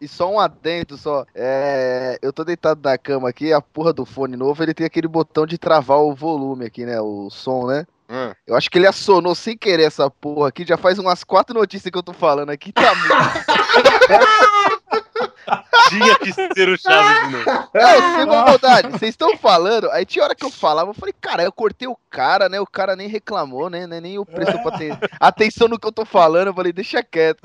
E só um adendo só. É, eu tô deitado na cama aqui, a porra do fone novo, ele tem aquele botão de travar o volume aqui, né? O som, né? Hum. Ah. Eu acho que ele acionou sem querer essa porra aqui. Já faz umas quatro notícias que eu tô falando aqui. Tá muito. Tinha que ser o Chaves de novo. Não, É, sem maldade. Vocês estão falando. Aí tinha hora que eu falava, eu falei, cara, eu cortei o cara, né? O cara nem reclamou, né? né, Nem o prestou pra ter atenção no que eu tô falando. Eu falei, deixa quieto.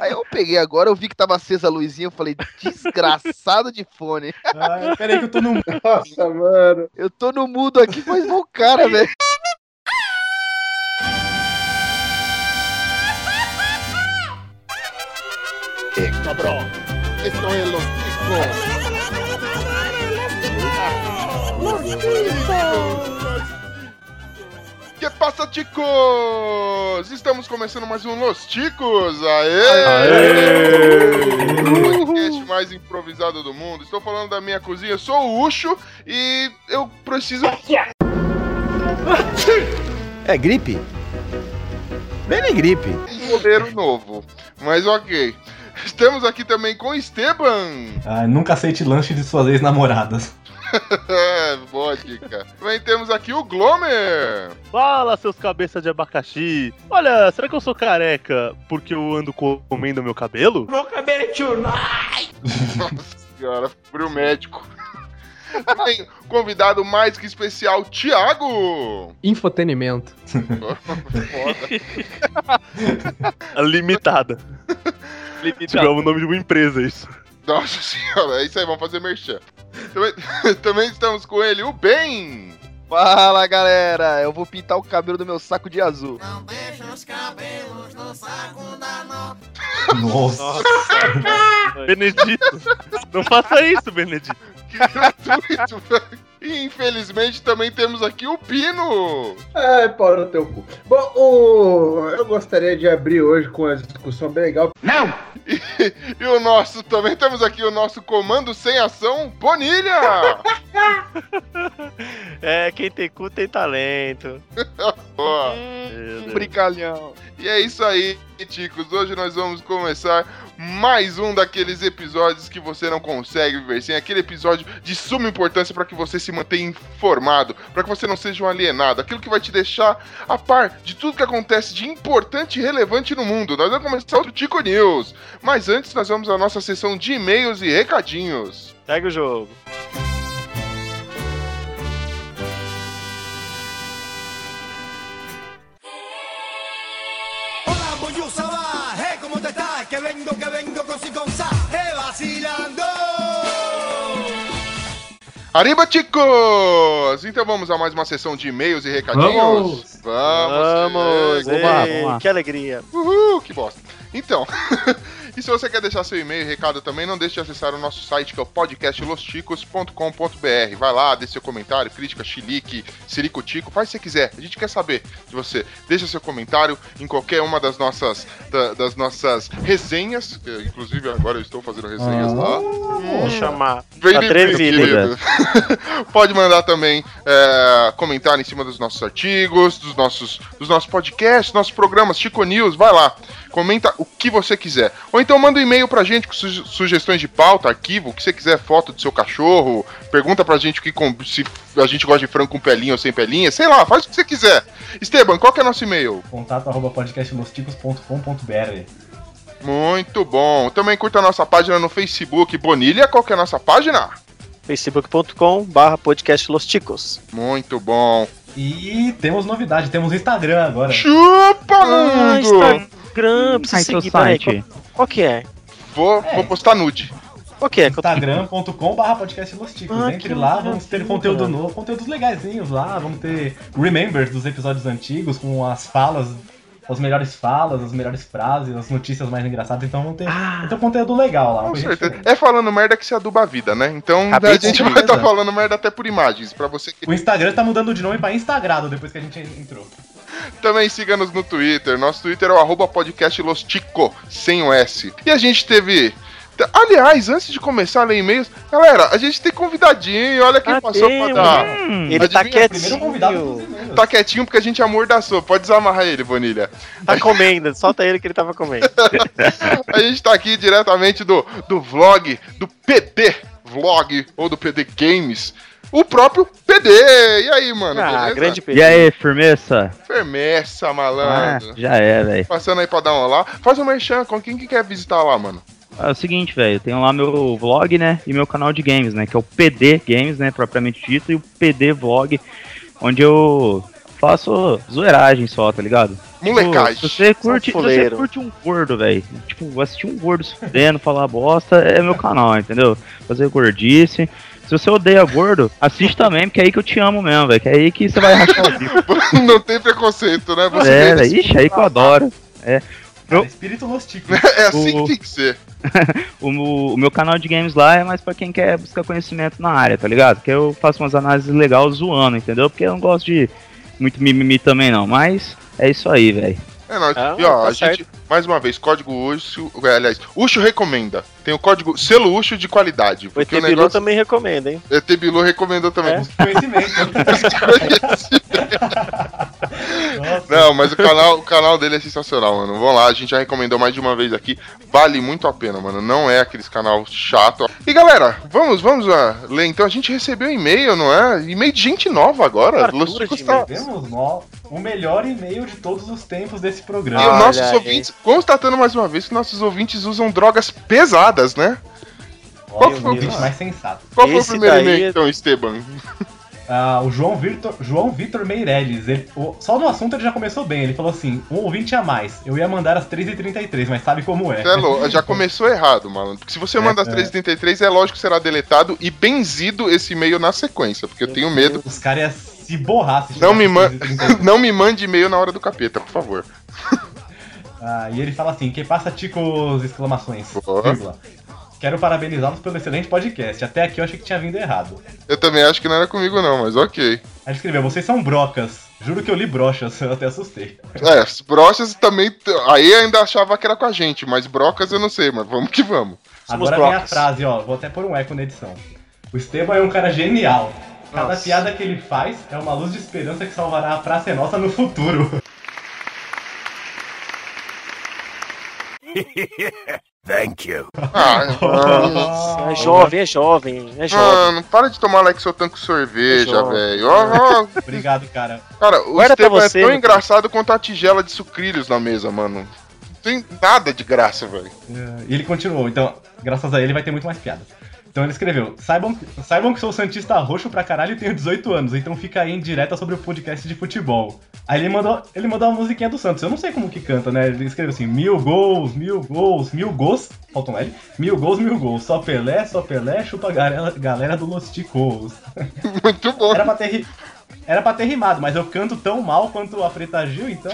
Aí eu peguei agora, eu vi que tava acesa a luzinha. Eu falei, desgraçado de fone. Ah, peraí que eu tô no... Nossa, mano. Eu tô no mudo aqui, mas vou cara, velho. Que passa, ticos? Estamos começando mais um Los Ticos. Aê! O podcast mais improvisado do mundo. Estou falando da minha cozinha. Eu sou o Ucho e eu preciso. É gripe? Bem nem gripe. um goleiro novo. Mas ok. Estamos aqui também com Esteban. Ah, nunca aceite lanche de suas ex-namoradas. Boa dica. É, Também temos aqui o Glomer. Fala, seus cabeças de abacaxi. Olha, será que eu sou careca porque eu ando comendo meu cabelo? Nossa senhora, fui o médico. Também convidado mais que especial, Thiago. Infotenimento. Foda. Limitada. Tipo, é o nome de uma empresa isso. Nossa senhora, é isso aí, vamos fazer merchan. Também, também estamos com ele, o Ben. Fala, galera. Eu vou pintar o cabelo do meu saco de azul. Nossa. Benedito. Não faça isso, Benedito. Que gratuito, velho. E infelizmente também temos aqui o Pino. É, pau no teu cu. Bom, o- eu gostaria de abrir hoje com uma discussão bem legal. E o nosso, também temos aqui o nosso comando sem ação, Bonilha. É, quem tem cu tem talento. Ó. Meu Deus. Brincalhão. E é isso aí, ticos. Hoje nós vamos começar mais um daqueles episódios que você não consegue viver sem. Aquele episódio de suma importância para que você se mantenha informado, para que você não seja um alienado. Aquilo que vai te deixar a par de tudo que acontece de importante e relevante no mundo. Nós vamos começar o Tico News. Mas antes, nós vamos à nossa sessão de e-mails e recadinhos. Segue o jogo. Arriba, ticos! Então vamos a mais uma sessão de e-mails e recadinhos. Vamos! Vamos! Vamos lá, ei, vamos lá. Que alegria. Uhul, que bosta. Então, e se você quer deixar seu e-mail e recado também, não deixe de acessar o nosso site que é o podcastlosticos.com.br. Vai lá, deixe seu comentário, crítica, chilique, siricotico, faz o que você quiser. A gente quer saber de você. Deixa seu comentário em qualquer uma das nossas, da- das nossas resenhas. que, Inclusive, agora eu estou fazendo resenhas lá. Vou chamar. Vem Atrevido. livre, querido. Pode mandar também é, comentário em cima dos nossos artigos, dos nossos, dos nossos podcasts, nossos programas, Chico News, vai lá. Comenta o que você quiser. Ou então manda um e-mail pra gente com su- sugestões de pauta, arquivo, o que você quiser, foto do seu cachorro, pergunta pra gente o que com- se a gente gosta de frango com pelinha ou sem pelinha, sei lá, faz o que você quiser. Esteban, qual que é nosso e-mail? Contato arroba podcastlosticos.com.br Muito bom. Também curta a nossa página no Facebook, Bonilha, qual que é a nossa página? facebook.com barra podcast Los Ticos. Muito bom. E temos novidade, temos Instagram agora. Chupa, Ah, mundo! Instagram, precisa Site o seguir. peraí, site. qual, qual que é? Vou, É. vou postar nude. Qual que é? Instagram.com.br podcastlosticos. Ah, Entre que lá, maravilha. vamos ter conteúdo novo, conteúdos legaisinhos lá. Vamos ter remembers dos episódios antigos com as falas, as melhores falas, as melhores frases, as notícias mais engraçadas. Então vamos ter, Ah, ter um conteúdo legal lá. Com pra gente certeza. ver. É falando merda que se aduba a vida, né? Então Acabei a de gente dizer. vai né? estar falando merda até por imagens. Pra você que O Instagram tá mudando de nome pra Instagrado depois que a gente entrou. também siga-nos no Twitter. Nosso Twitter é o arroba podcastlostico, sem o S. E a gente teve Tá, Aliás, antes de começar a ler e-mails, galera, a gente tem convidadinho, olha quem Ah, passou tem, pra dar. Ele tá Adivinha, Primeiro convidado dos quietinho. e-mails. Tá quietinho porque a gente amordaçou. Pode desamarrar ele, Bonilha. Tá comendo, solta ele que ele tava comendo. A gente tá aqui diretamente do, do vlog, do PD Vlog, ou do PD Games. O próprio PD! E aí, mano? Ah, grande E pedido. aí, firmeza? Fermessa, Ah, malandro. Tá já é, velho. Passando aí pra dar um olá. Faz um merchan, com quem que quer visitar lá, mano? É o seguinte, velho, eu tenho lá meu vlog, né, e meu canal de games, né, que é o PD Games, né, propriamente dito, e o PD Vlog, onde eu faço zoeiragem só, tá ligado? Tipo, Se Molecagem. você curte, se você fuleiro. curte um gordo, velho, tipo, assistir um gordo se fudendo, falar bosta, é meu canal, entendeu? Fazer gordice. Se você odeia gordo, assiste também, porque é aí que eu te amo mesmo, velho, que é aí que você vai rachar o bico. Não tem preconceito, né? Você É, velho, ixi, é aí que eu adoro. Cara, espírito lostico. tipo- é assim que o- tem que ser. O, mo- o meu canal de games lá é mais pra quem quer buscar conhecimento na área, tá ligado? Que eu faço umas análises legais zoando, entendeu? Porque eu não gosto de muito mimimi também não, mas é isso aí, velho. É nóis. Ah, e ó, tá a gente, mais uma vez, código Ucho. é, Aliás, Ucho recomenda. Tem o código selo Ucho de qualidade. O ET Porque o Bilu negócio. também recomenda, hein? ET Bilu recomendou também. Conhecimento. Nossa. Não, mas o canal, o canal dele é sensacional, mano. Vão lá, a gente já recomendou mais de uma vez aqui. Vale muito a pena, mano. Não é aqueles canal chato. E galera, vamos, vamos ah, ler então. A gente recebeu um e-mail, não é? E-mail de gente nova agora. Fartura Los Ticos de tá- Recebemos nó- o melhor e-mail de todos os tempos desse E programa. Ah. os nossos Olha aí. ouvintes, constatando mais uma vez que nossos ouvintes usam drogas pesadas, né? Qual Meu foi, o- Deus. Ouvinte mais sensato. qual foi o Esse primeiro daí e-mail, é- então, Esteban? Ah, o João Vitor, João Vitor Meirelles, ele- o- só no assunto ele já começou bem. Ele falou assim: um ouvinte a mais. Eu ia mandar às 3h33, mas sabe como é. Você é louco, já começou errado, malandro. Porque se você manda as 333, é lógico que será deletado e benzido esse e-mail na sequência, porque eu tenho medo. Os caras iam se borrar se Não chegasse me às man- 3h33. Não me mande e-mail na hora do capeta, por favor. Ah, e ele fala assim: que passa, Ticos! Exclamações. Boa. Vírgula. Quero parabenizá-los pelo excelente podcast. Até aqui eu achei que tinha vindo errado. Eu também acho que não era comigo, não, mas ok. Aí ele escreveu: vocês são brocas. Juro que eu li brochas, eu até assustei. É, as brochas também. t- Aí eu ainda achava que era com a gente, mas brocas eu não sei, mas vamos que vamos. Somos Agora vem a brocas. frase, ó. Vou até pôr um eco na edição. O Esteban é um cara genial. Cada Nossa. piada que ele faz é uma luz de esperança que salvará a Praça é Nossa no futuro. Ah, Nossa. É jovem, é jovem, é jovem. mano, para de tomar Lexotan com cerveja, Jovem. velho. Ó, ó, Obrigado, cara. Cara, o Guarda pra Esteban você, é tão meu engraçado quanto a tigela de sucrilhos na mesa, mano. Não tem nada de graça, velho. Eh, E ele continuou, então, graças a ele vai ter muito mais piadas. Então ele escreveu: saibam, saibam que sou Santista roxo pra caralho e tenho 18 anos, então fica aí em direta sobre o podcast de futebol. Aí ele mandou, ele mandou uma musiquinha do Santos, eu não sei como que canta, né? Ele escreveu assim: mil gols, mil gols, mil gols, faltam um L, mil gols, mil gols, só Pelé, só Pelé, chupa a galera, galera do Los Ticos. Muito bom. Era pra ter. ri- Era pra ter rimado, mas eu canto tão mal quanto a Preta Gil, então.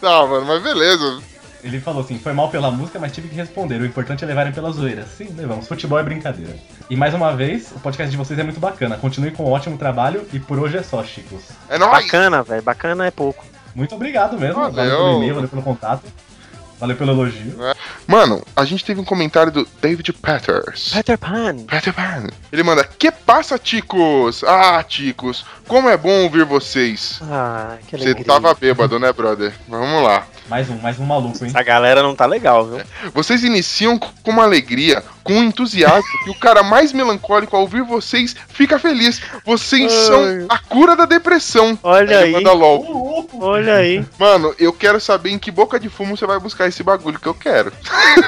Tá, mano, mas beleza. Ele falou assim: foi mal pela música, mas tive que responder. O importante é levarem pela zoeira. Sim, levamos. Futebol é brincadeira. E mais uma vez, o podcast de vocês é muito bacana. Continue com um ótimo trabalho e por hoje é só, Chicos. É nóis. Bacana, velho, bacana é pouco. Muito obrigado mesmo. Valeu. Valeu pelo e-mail, valeu pelo contato. Valeu pelo elogio. Mano, a gente teve um comentário do David Patters. Peter Pan. Peter Pan. Ele manda: Que passa, Ticos? Ah, Ticos, como é bom ouvir vocês. Ah, que Você alegria. tava bêbado, né, brother? Vamos lá. Mais um, mais um maluco, hein? Essa galera não tá legal, viu? Vocês iniciam com uma alegria, com um entusiasmo, e o cara mais melancólico ao ouvir vocês fica feliz. Vocês Ai. são a cura da depressão. Olha Ele aí, manda LOL. Ô, louco! olha aí. Mano, eu quero saber em que boca de fumo você vai buscar esse bagulho que eu quero.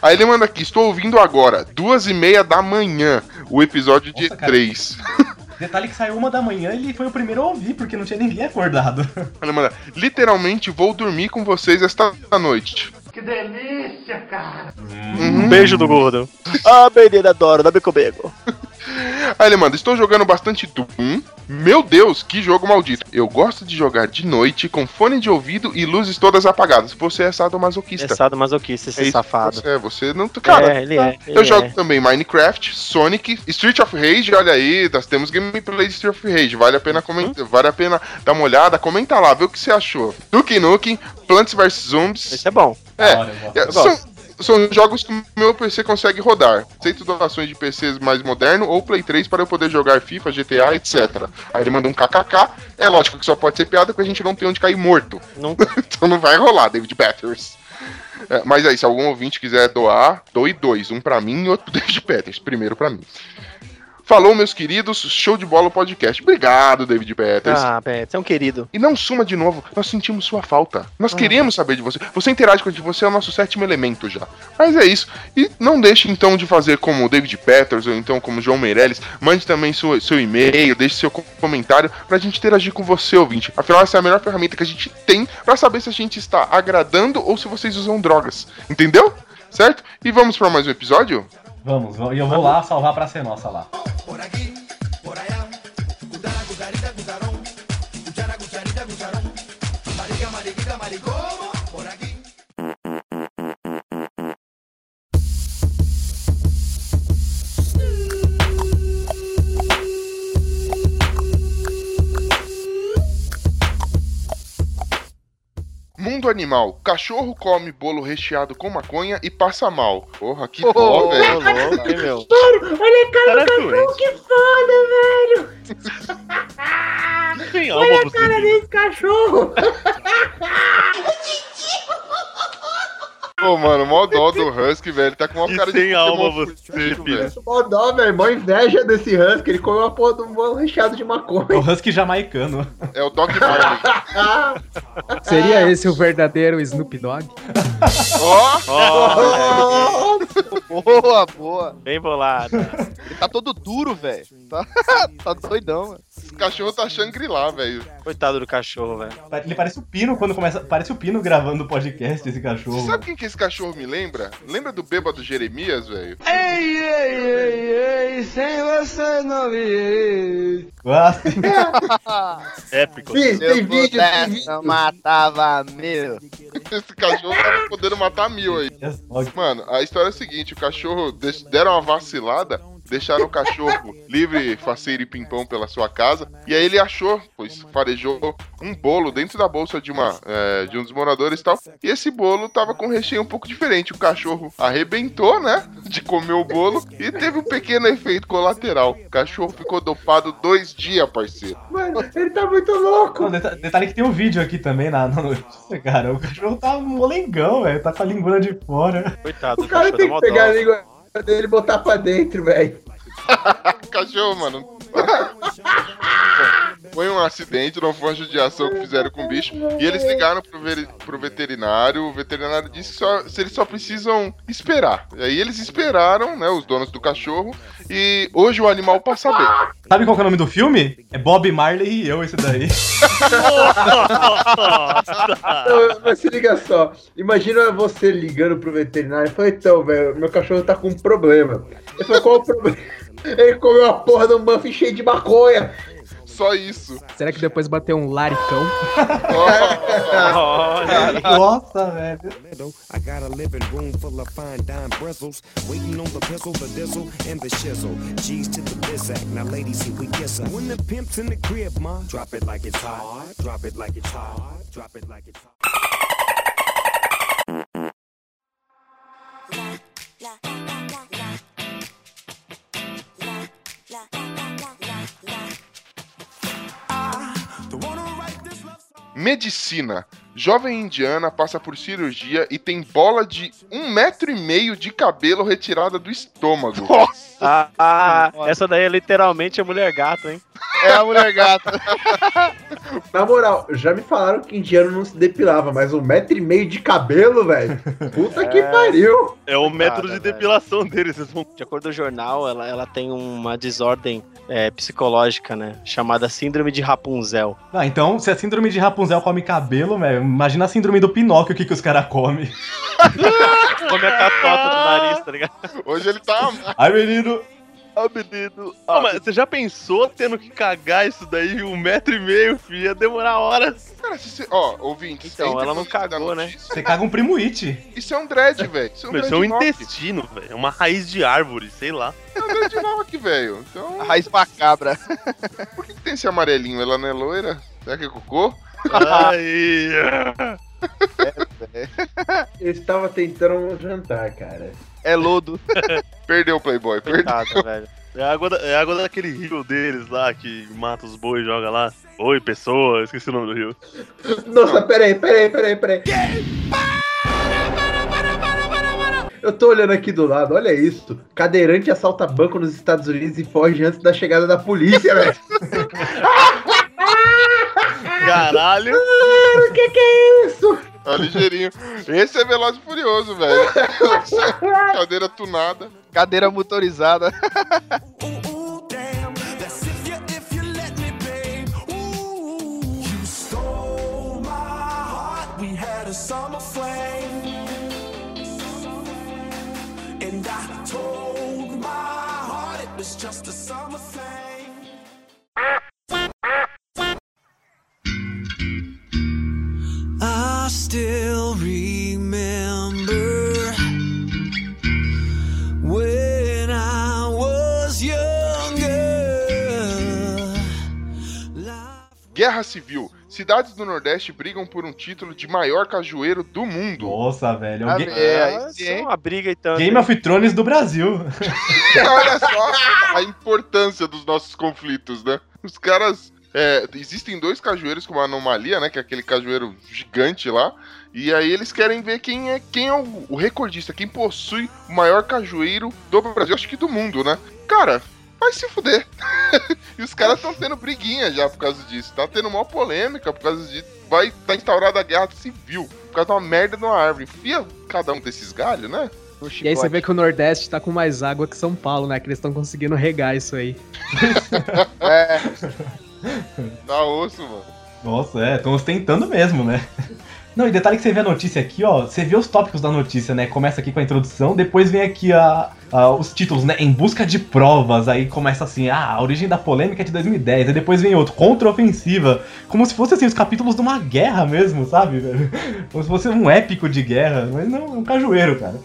Aí ele manda aqui, estou ouvindo agora, duas e meia da manhã, o episódio de Nossa, cara. três. Detalhe que saiu uma da manhã e ele foi o primeiro a ouvir, porque não tinha ninguém acordado. Ele manda, literalmente vou dormir com vocês esta noite. Uhum. Um beijo do gordo. Ah, menina, adoro, dá bico bego. Aí ele manda, estou jogando bastante Doom. Meu Deus, que jogo maldito. Eu gosto de jogar de noite, com fone de ouvido e luzes todas apagadas. Você é sadomasoquista. Engraçado masoquista, É esse isso que safado. você É, você não. Cara, tá. é, ele é. Eu ele jogo é. também Minecraft, Sonic, Street of Rage, olha aí, nós temos gameplay de Street of Rage, vale a pena Uhum. comentar, vale a pena dar uma olhada, comenta lá, vê o que você achou. Duke Nukem, Plants vs Zombies, Esse é bom. É, Olha, eu gosto. é, são, são jogos que o meu PC consegue rodar. Aceito doações de PCs mais moderno ou Play 3 para eu poder jogar FIFA, GTA, etc. Aí ele manda um kkk. É lógico que só pode ser piada porque a gente não tem onde cair morto. Não. então não vai rolar, David Batters. É, mas aí, se algum ouvinte quiser doar, doe dois. Um pra mim e outro pro David Peters. Primeiro pra mim. Falou, meus queridos. Show de bola o podcast. Obrigado, David Peters. Ah, Beto, você é um querido. E não suma de novo, nós sentimos sua falta. Nós queremos saber de você. Você interage com a gente, você é o nosso sétimo elemento já. Mas é isso. E não deixe então de fazer como o David Peters ou então como o João Meirelles. Mande também sua- seu e-mail, deixe seu co- comentário pra gente interagir com você, ouvinte. Afinal, essa é a melhor ferramenta que a gente tem pra saber se a gente está agradando ou se vocês usam drogas. Entendeu? Certo? E vamos pra mais um episódio? Vamos, vamos, e eu vou lá salvar pra ser nossa lá. Mundo animal. Cachorro come bolo recheado com maconha e passa mal. Porra, que Ô, dó, velho. Ô, louco, hein, meu? O cara é doente. Que foda, velho! Tem alma você. Cara desse cachorro! Pô, mano, mó dó do Husky, velho. Tá com uma E cara sem alma Pokémon você, fudido, filho. velho. Mó dó, velho. Mó inveja desse Husky. Ele comeu uma porra de um bolo recheado de É O maconha. Husky jamaicano. É o Dog Marley. Ah, Seria esse o verdadeiro Snoop Dogg? Ó, Ó, Boa, boa. bem bolado. Ele tá todo duro, velho. Tá, tá doidão, mano. o cachorro tá Shangri-La, velho. Coitado do cachorro, velho. Ele parece o Pino quando começa. Parece o Pino gravando o podcast, esse cachorro. Você sabe quem que esse cachorro me lembra? Lembra do bêbado Jeremias, velho? Ei, ei, ei, ei, sem você não me. Ah, Ah. Épico. fiz, Se eu tem vídeo, tem pudesse, eu vídeo. matava meu. Esse cachorro tava podendo matar mil aí. é só que- Mano, a história é a seguinte: o cachorro deix- deram uma vacilada. Deixaram o cachorro livre, faceiro e pimpão pela sua casa. E aí ele achou, pois farejou um bolo dentro da bolsa de, uma, é, de um dos moradores e tal. E esse bolo tava com um recheio um pouco diferente. O cachorro arrebentou, né? De comer o bolo. E teve um pequeno efeito colateral. O cachorro ficou dopado dois dias, parceiro. Mano, ele tá muito louco. Não, deta- detalhe que tem um vídeo aqui também na, na notícia, cara. O cachorro tá molengão, velho. Tá com a lingona de fora. Coitado O do cara cachorro, dá tem que mó pegar a dó. língua dele e botar pra dentro, velho. Cachorro, mano. Foi um acidente, não foi uma judiação que fizeram com o bicho. E eles ligaram pro, veri- pro veterinário. O veterinário disse que só- se eles só precisam esperar. E aí eles esperaram, né? Os donos do cachorro. E hoje o animal passa bem. Sabe qual que é o nome do filme? É Bob Marley e eu, esse daí. Não, mas se liga só. Imagina você ligando pro veterinário e falando, então, velho, meu cachorro tá com um problema. Ele falou, qual o problema? Ele comeu a porra de um muffin cheio de maconha. Só isso. Será que depois bateu um laricão? Ó, Olha, Nossa, velho. I got a living room full of fine dime bristles, waiting on the pistol, the diesel, and the shizzle. G's to the biz act, now ladies, here we kiss her. When the pimp's in the crib, ma, drop it like it's hot, drop it like it's hot, drop it like it's hot. medicina. Jovem indiana passa por cirurgia e tem bola de um metro e meio de cabelo retirada do estômago. ah, ah, essa daí é literalmente a mulher gato, hein? É a mulher gata. Na moral, já me falaram que indiano não se depilava, mas um metro e meio de cabelo, velho. Puta que pariu. É o método de velho. depilação deles. Vocês vão De acordo com o jornal, ela, ela tem uma desordem é, psicológica, né? Chamada Síndrome de Rapunzel. Ah, então, se a síndrome de Rapunzel come cabelo, velho, imagina a síndrome do Pinóquio, o que, que os caras comem. Come a catota do nariz, tá ligado? Hoje ele tá Ai, menino. Ó, menino. Não, mas você já pensou tendo que cagar isso daí um metro e meio, filho? Ia demorar horas. Cara, se você, é ó, ouvintes. Então, entre ela não no link da cagou, né? notícia. Você caga um primo it. Isso é um dread, velho. Isso é um Meu, dread isso é um knock. intestino, velho. É uma raiz de árvore, sei lá. É um dread knock, velho. Então, A raiz macabra. por que, que tem esse amarelinho? Ela não é loira? Será que é cocô? Aí. Eu estava tentando um jantar, cara. É lodo. Perdeu o Playboy, perdeu. Coitado, velho. É a água, da- é a água daquele rio deles lá que mata os bois e joga lá. Boi, pessoa, esqueci o nome do rio. Nossa, peraí, peraí, peraí, peraí. Eu tô olhando aqui do lado, olha isso. Cadeirante assalta banco nos Estados Unidos e foge antes da chegada da polícia, velho. Caralho! Cara, o que, que é isso? Tá ligeirinho. Esse é Veloz e Furioso, velho. Cadeira tunada. Cadeira motorizada. Ooh, ooh, damn, that's if you, if you let me, babe. Ooh, you stole my heart. We had a summer flame. And I told my heart it was just a summer thing. I still remember when I was younger. Guerra Civil. Cidades do Nordeste brigam por um título de maior cajueiro do mundo. Nossa, velho. Ah, alguém- É, aí Ah, sim, isso é hein? uma briga né? e tanto. Game of Thrones do Brasil. Olha só a importância dos nossos conflitos, né? Os caras. é, existem dois cajueiros com uma anomalia, né? Que é aquele cajueiro gigante lá. E aí eles querem ver quem é quem é o, o recordista, quem possui o maior cajueiro do Brasil, acho que do mundo, né? Cara, vai se fuder. e os caras estão tendo briguinha já por causa disso. Tá tendo maior polêmica por causa disso. Vai tá instaurada a guerra civil por causa de uma merda de uma árvore. Enfia cada um desses galhos, né? No E aí você chicote. vê que o Nordeste tá com mais água que São Paulo, né? Que eles estão conseguindo regar isso aí. É, Dá osso, mano. Nossa, é, estão ostentando mesmo, né? Não, e detalhe que você vê a notícia aqui, ó, você vê os tópicos da notícia, né? Começa aqui com a introdução, depois vem aqui a, a- os títulos, né? Em busca de provas, aí começa assim, ah, a origem da polêmica é de 2010, aí depois vem outro, contraofensiva. Como se fosse assim, os capítulos de uma guerra mesmo, sabe? velho? Como se fosse um épico de guerra, mas não, é um cajueiro, cara.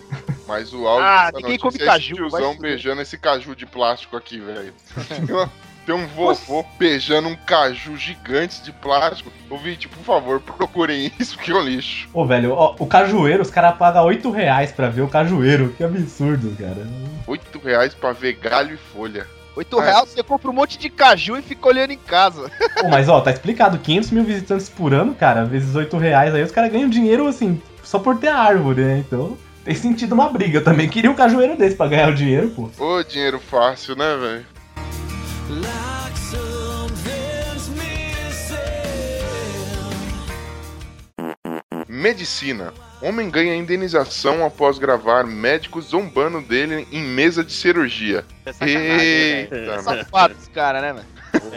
Mas o áudio Ah, dessa ninguém notícia é come esse caju, vai se tiozão fuder. beijando esse caju de plástico aqui, velho. Tem uma- Tem um vovô beijando um caju gigante de plástico. Ouvinte, por favor, procurem isso, que é um lixo. Ô, velho, ó, o cajueiro, os caras pagam 8 reais pra ver o cajueiro, que absurdo, cara. 8 reais pra ver galho e folha. 8 reais você compra um monte de caju e fica olhando em casa. Pô, mas ó, tá explicado, 500 mil visitantes por ano, cara, vezes 8 reais, aí os caras ganham dinheiro, assim, só por ter a árvore, né? Então, tem sentido uma briga Eu também. Queria um cajueiro desse pra ganhar o dinheiro, pô. Ô, dinheiro fácil, né, velho? Like something's missing. Medicina. Homem ganha indenização após gravar médico zombando dele em mesa de cirurgia. É sacanagem, velho. né? Eita, mano. Safados, cara, né, mano?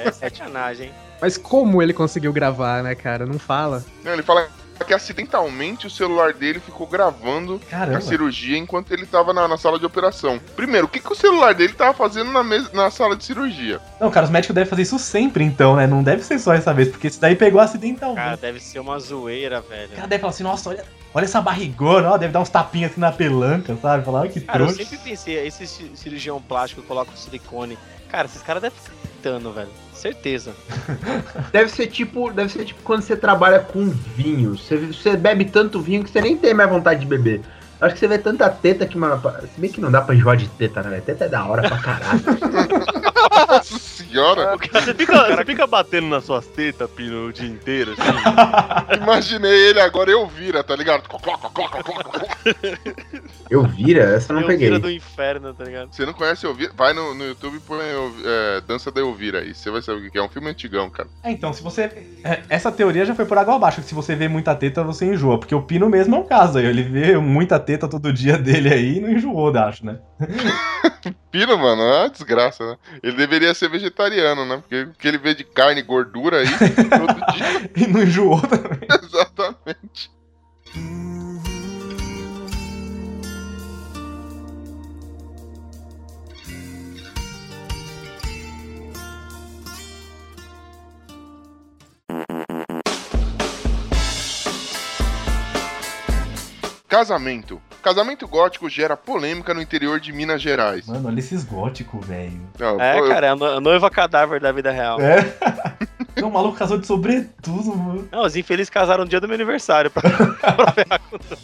É sacanagem, hein? Mas como ele conseguiu gravar, né, cara? Não fala. Não, ele fala que acidentalmente o celular dele ficou gravando a Caramba. cirurgia enquanto ele tava na, na sala de operação. Primeiro, o que, que o celular dele tava fazendo na, mesa, na sala de cirurgia? Não, cara, os médicos devem fazer isso sempre, então, né? Não deve ser só essa vez, porque isso daí pegou acidentalmente. Cara, Cara, deve ser uma zoeira, velho. o cara deve falar assim, nossa, olha, olha essa barrigona, ó, deve dar uns tapinhas assim na pelanca, sabe? Falar, "Ai, que Cara, eu trouxa. sempre pensei, esse ci- cirurgião plástico coloca silicone. Cara, esses caras devem ficar tentando, velho. Certeza. Deve ser tipo, deve ser tipo quando você trabalha com vinho. Você, você bebe tanto vinho que você nem tem mais vontade de beber. Acho que você vê tanta teta que, mano, pa- se bem que não dá pra enjoar de teta, né? velho? Teta é da hora pra caralho. Nossa senhora! Você fica, você fica batendo nas suas tetas, Pino, o dia inteiro, assim. Imaginei ele agora eu vira, tá ligado? Cloca, cloca, cloca, cloca. Eu vira, essa eu não É o peguei. vira do inferno, tá ligado? Você não conhece Elvira? Vai no, no YouTube e põe é, Dança da Elvira aí. Você vai saber o que que é. É um filme antigão, cara. É, então, se você. é, Essa teoria já foi por água abaixo, que se você vê muita teta, você enjoa. Porque o Pino mesmo é um caso aí. Ele vê muita teta todo dia dele aí e não enjoou, acho, né? Pino, mano, é uma desgraça, né? Ele deveria ser vegetariano, né? Porque o que ele vê de carne e gordura aí todo dia. E não enjoou tá? também. Exatamente. Casamento. Casamento gótico gera polêmica no interior de Minas É, Gerais. Mano, olha esses góticos, velho. Não, É, pô, eu- cara, é a no- a noiva cadáver da vida real. É. Não, o maluco casou de sobretudo, mano. Não, os infelizes casaram no dia do meu aniversário. Pra... pra ferrar com tudo.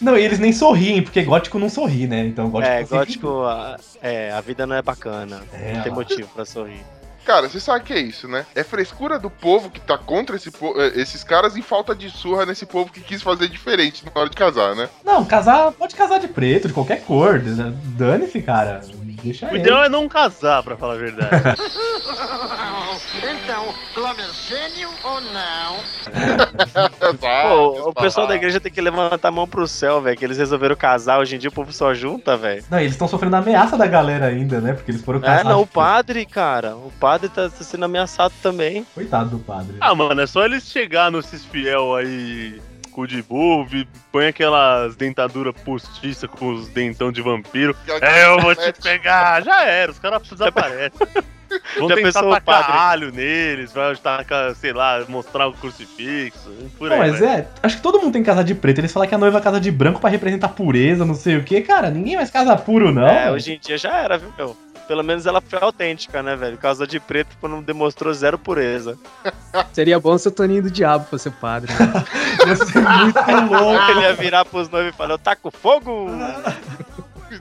Não, e eles nem sorriem, porque gótico não sorri, né? Então gótico é, tá sempre- gótico, a, é, a vida não é bacana. É, não tem lá. motivo pra sorrir. Cara, você sabe que é isso, né? É frescura do povo que tá contra esse po- eh, esses caras e falta de surra nesse povo que quis fazer diferente na hora de casar, né? Não, casar, pode casar de preto, de qualquer cor. né? Dane-se, cara. Deixa O ele. ideal é não casar, pra falar a verdade. Então, Glomergênio ou não? Ah, Pô, o pessoal da igreja tem que levantar a mão pro céu, velho. Que eles resolveram casar. Hoje em dia o povo só junta, velho. Não, e eles estão sofrendo a ameaça da galera ainda, né? Porque eles foram É, casados. não, o padre, cara. O padre tá sendo ameaçado também. Coitado do padre. ah, mano, é só eles chegar nesses fiel aí, cu de burro, vi- põe aquelas dentaduras postiça com os dentão de vampiro. É, eu vou te pegar. Já era, os caras desaparecem. Vão Já tentar pensou o tacar padre? alho neles, vai tacar, sei lá, mostrar o crucifixo. Por Não, aí, mas vai. é, acho que todo mundo tem que casar de preto. Eles falam que a noiva casa de branco pra representar pureza, não sei o que. Cara, ninguém mais casa puro, não. É, hoje em dia já era, viu, meu? Pelo menos ela foi autêntica, né, velho? Casou de preto tipo, não demonstrou zero pureza. Seria bom se o Toninho do Diabo fosse o padre. Ia ser é muito Ah. louco. Ele ia virar pros noivos e falar, eu taco fogo!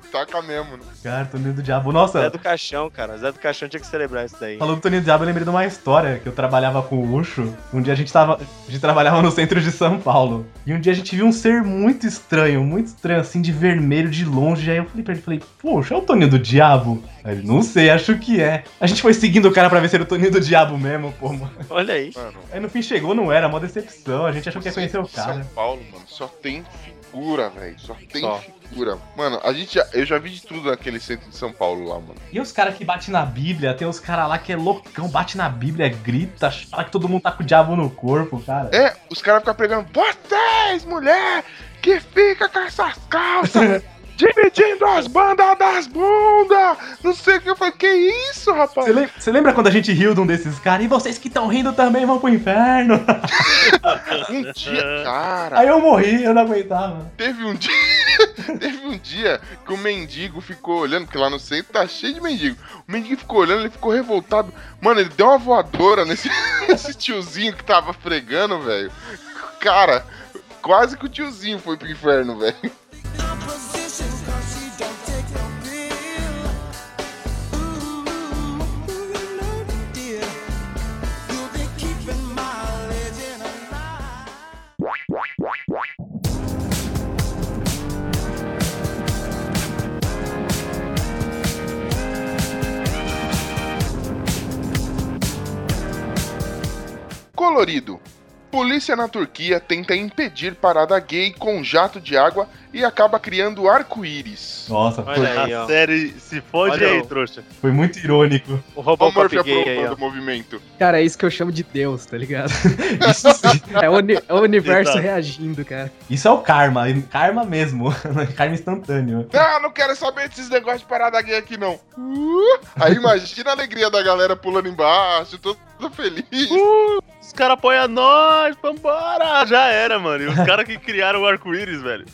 Taca mesmo, né? Cara, Toninho do Diabo. Nossa, Zé do Caixão, cara. Zé do Caixão tinha que celebrar isso daí. Falando do Toninho do Diabo, eu lembrei de uma história que eu trabalhava com o Ucho. Um dia a gente tava. A gente trabalhava no centro de São Paulo. E um dia a gente viu um ser muito estranho, muito estranho, assim, de vermelho, de longe. Aí eu falei pra ele, falei, poxa, é o Toninho do Diabo? Aí ele, não sei, acho que é. A gente foi seguindo o cara pra ver se era o Toninho do Diabo mesmo, pô, mano. Olha aí. Mano, Aí no fim chegou, não era, mó decepção. A gente achou que ia conhecer o cara. São Paulo, mano, só tem figura, velho. Só tem Só. figura. Mano, a gente já, eu já vi de tudo naquele centro de São Paulo lá, mano. E os caras que batem na Bíblia, tem os caras lá que é loucão, bate na Bíblia, grita, fala que todo mundo tá com o diabo no corpo, cara. É, os caras ficam pegando, vocês, mulher, que fica com essas calças, dividindo as bandas das bundas, não sei o que. Eu falei, que isso, rapaz? Você lem- você lembra quando a gente riu de um desses caras? E vocês que estão rindo também vão pro inferno. Um dia, cara, Aí eu morri, eu não aguentava. teve um dia. Teve um dia que o mendigo ficou olhando, porque lá no centro tá cheio de mendigo. O mendigo ficou olhando, ele ficou revoltado. Mano, ele deu uma voadora nesse, nesse tiozinho que tava fregando, velho. Cara, quase que o tiozinho foi pro inferno, velho. Colorido. Polícia na Turquia tenta impedir parada gay com jato de água e acaba criando arco-íris. Nossa, foi, Olha aí, A ó. série se fode Olha aí, o- trouxa. foi muito irônico. Ó O robô o Murphy Pop Gay aí, aprovando ó. o movimento. Cara, é isso que eu chamo de Deus, tá ligado? Isso, sim. É o, uni- é o universo Exato. reagindo, cara. Isso é o karma, e karma mesmo. karma instantâneo. Ah, não quero saber desses negócios de parada gay aqui, não. Uh! aí imagina a alegria da galera pulando embaixo, todo feliz. Os caras apoiam nós, vambora! Já era, mano. E os caras que criaram o arco-íris, velho.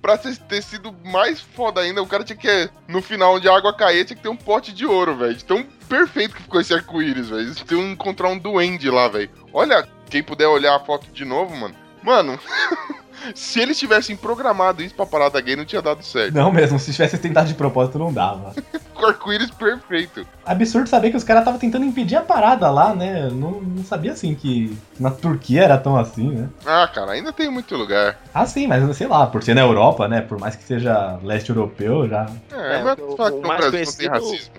Pra ter ter sido mais foda ainda, o cara tinha que, no final, onde a água caía, tinha que ter um pote de ouro, velho. De Tão perfeito que ficou esse arco-íris, velho. Tem que encontrar um duende lá, velho. Olha, quem puder olhar a foto de novo, mano. Mano, se eles tivessem programado isso pra parada gay, não tinha dado certo. Não mesmo, se tivesse tentado de propósito, não dava. Com arco-íris perfeito. Absurdo saber que os caras estavam tentando impedir a parada lá, né? Não, não sabia assim que na Turquia era tão assim, né? Ah, cara, ainda tem muito lugar. Ah, sim, mas sei lá, por ser na Europa, né? Por mais que seja leste europeu, já. É, É, mas o- falar que o no mais Brasil conhecido- não tem racismo.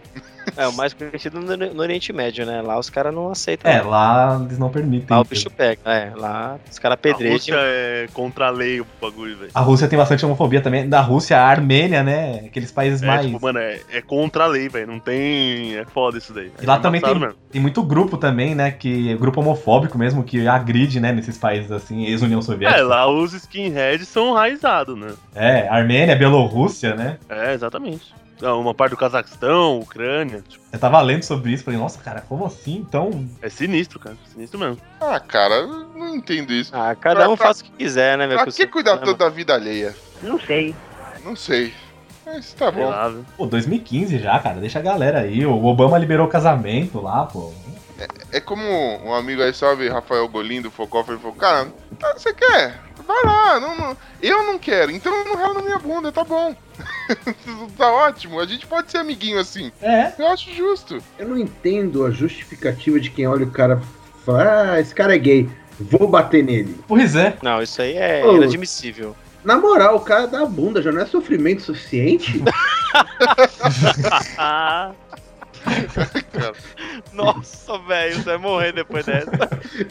É, o mais conhecido no, no Oriente Médio, né? Lá os caras não aceitam. É, não. lá eles não permitem. lá o bicho pega. É, lá os caras A pedrejam. Rússia é contra a lei o bagulho, velho. A Rússia tem bastante homofobia também. Da Rússia, a Armênia, né? Aqueles países É, mais. tipo, mano, é, é contra a lei, velho. Não tem. É foda isso daí. E lá É também embaçado tem- mesmo. Tem muito grupo também, né? Que grupo homofóbico mesmo, que agride, né? Nesses países assim, ex-União É, Soviética. lá os skinheads são enraizados, né? É, Armênia, Bielorrússia, né? É, exatamente. Então, Uma parte do Cazaquistão, Ucrânia. Tipo, Eu tava lendo sobre isso, falei, nossa, cara, como assim? Então, é sinistro, cara. Sinistro mesmo. Ah, cara, eu não entendo isso. Ah, cada Pra- um pra- faz o que quiser, é né, meu? Pra que Cusão? cuidar Né, tanto da vida alheia? Não sei. Não sei. Mas tá é Sei bom. lá, velho. pô, 2015 já, cara, deixa a galera aí. O Obama liberou casamento lá, pô. é como um amigo aí, salve Rafael Golindo, Focoffer, falou, cara, tá, você quer? Vai lá, não, não- eu não quero, então eu não relo na minha bunda, tá bom. tá ótimo, a gente pode ser amiguinho assim. É. Eu acho justo. Eu não entendo a justificativa de quem olha o cara e fala, ah, esse cara é gay, vou bater nele. Pois é. Não, isso aí é Ô. inadmissível. Na moral, o cara dá a bunda, já não é sofrimento suficiente? Ah. Nossa, velho, você vai morrer depois dessa.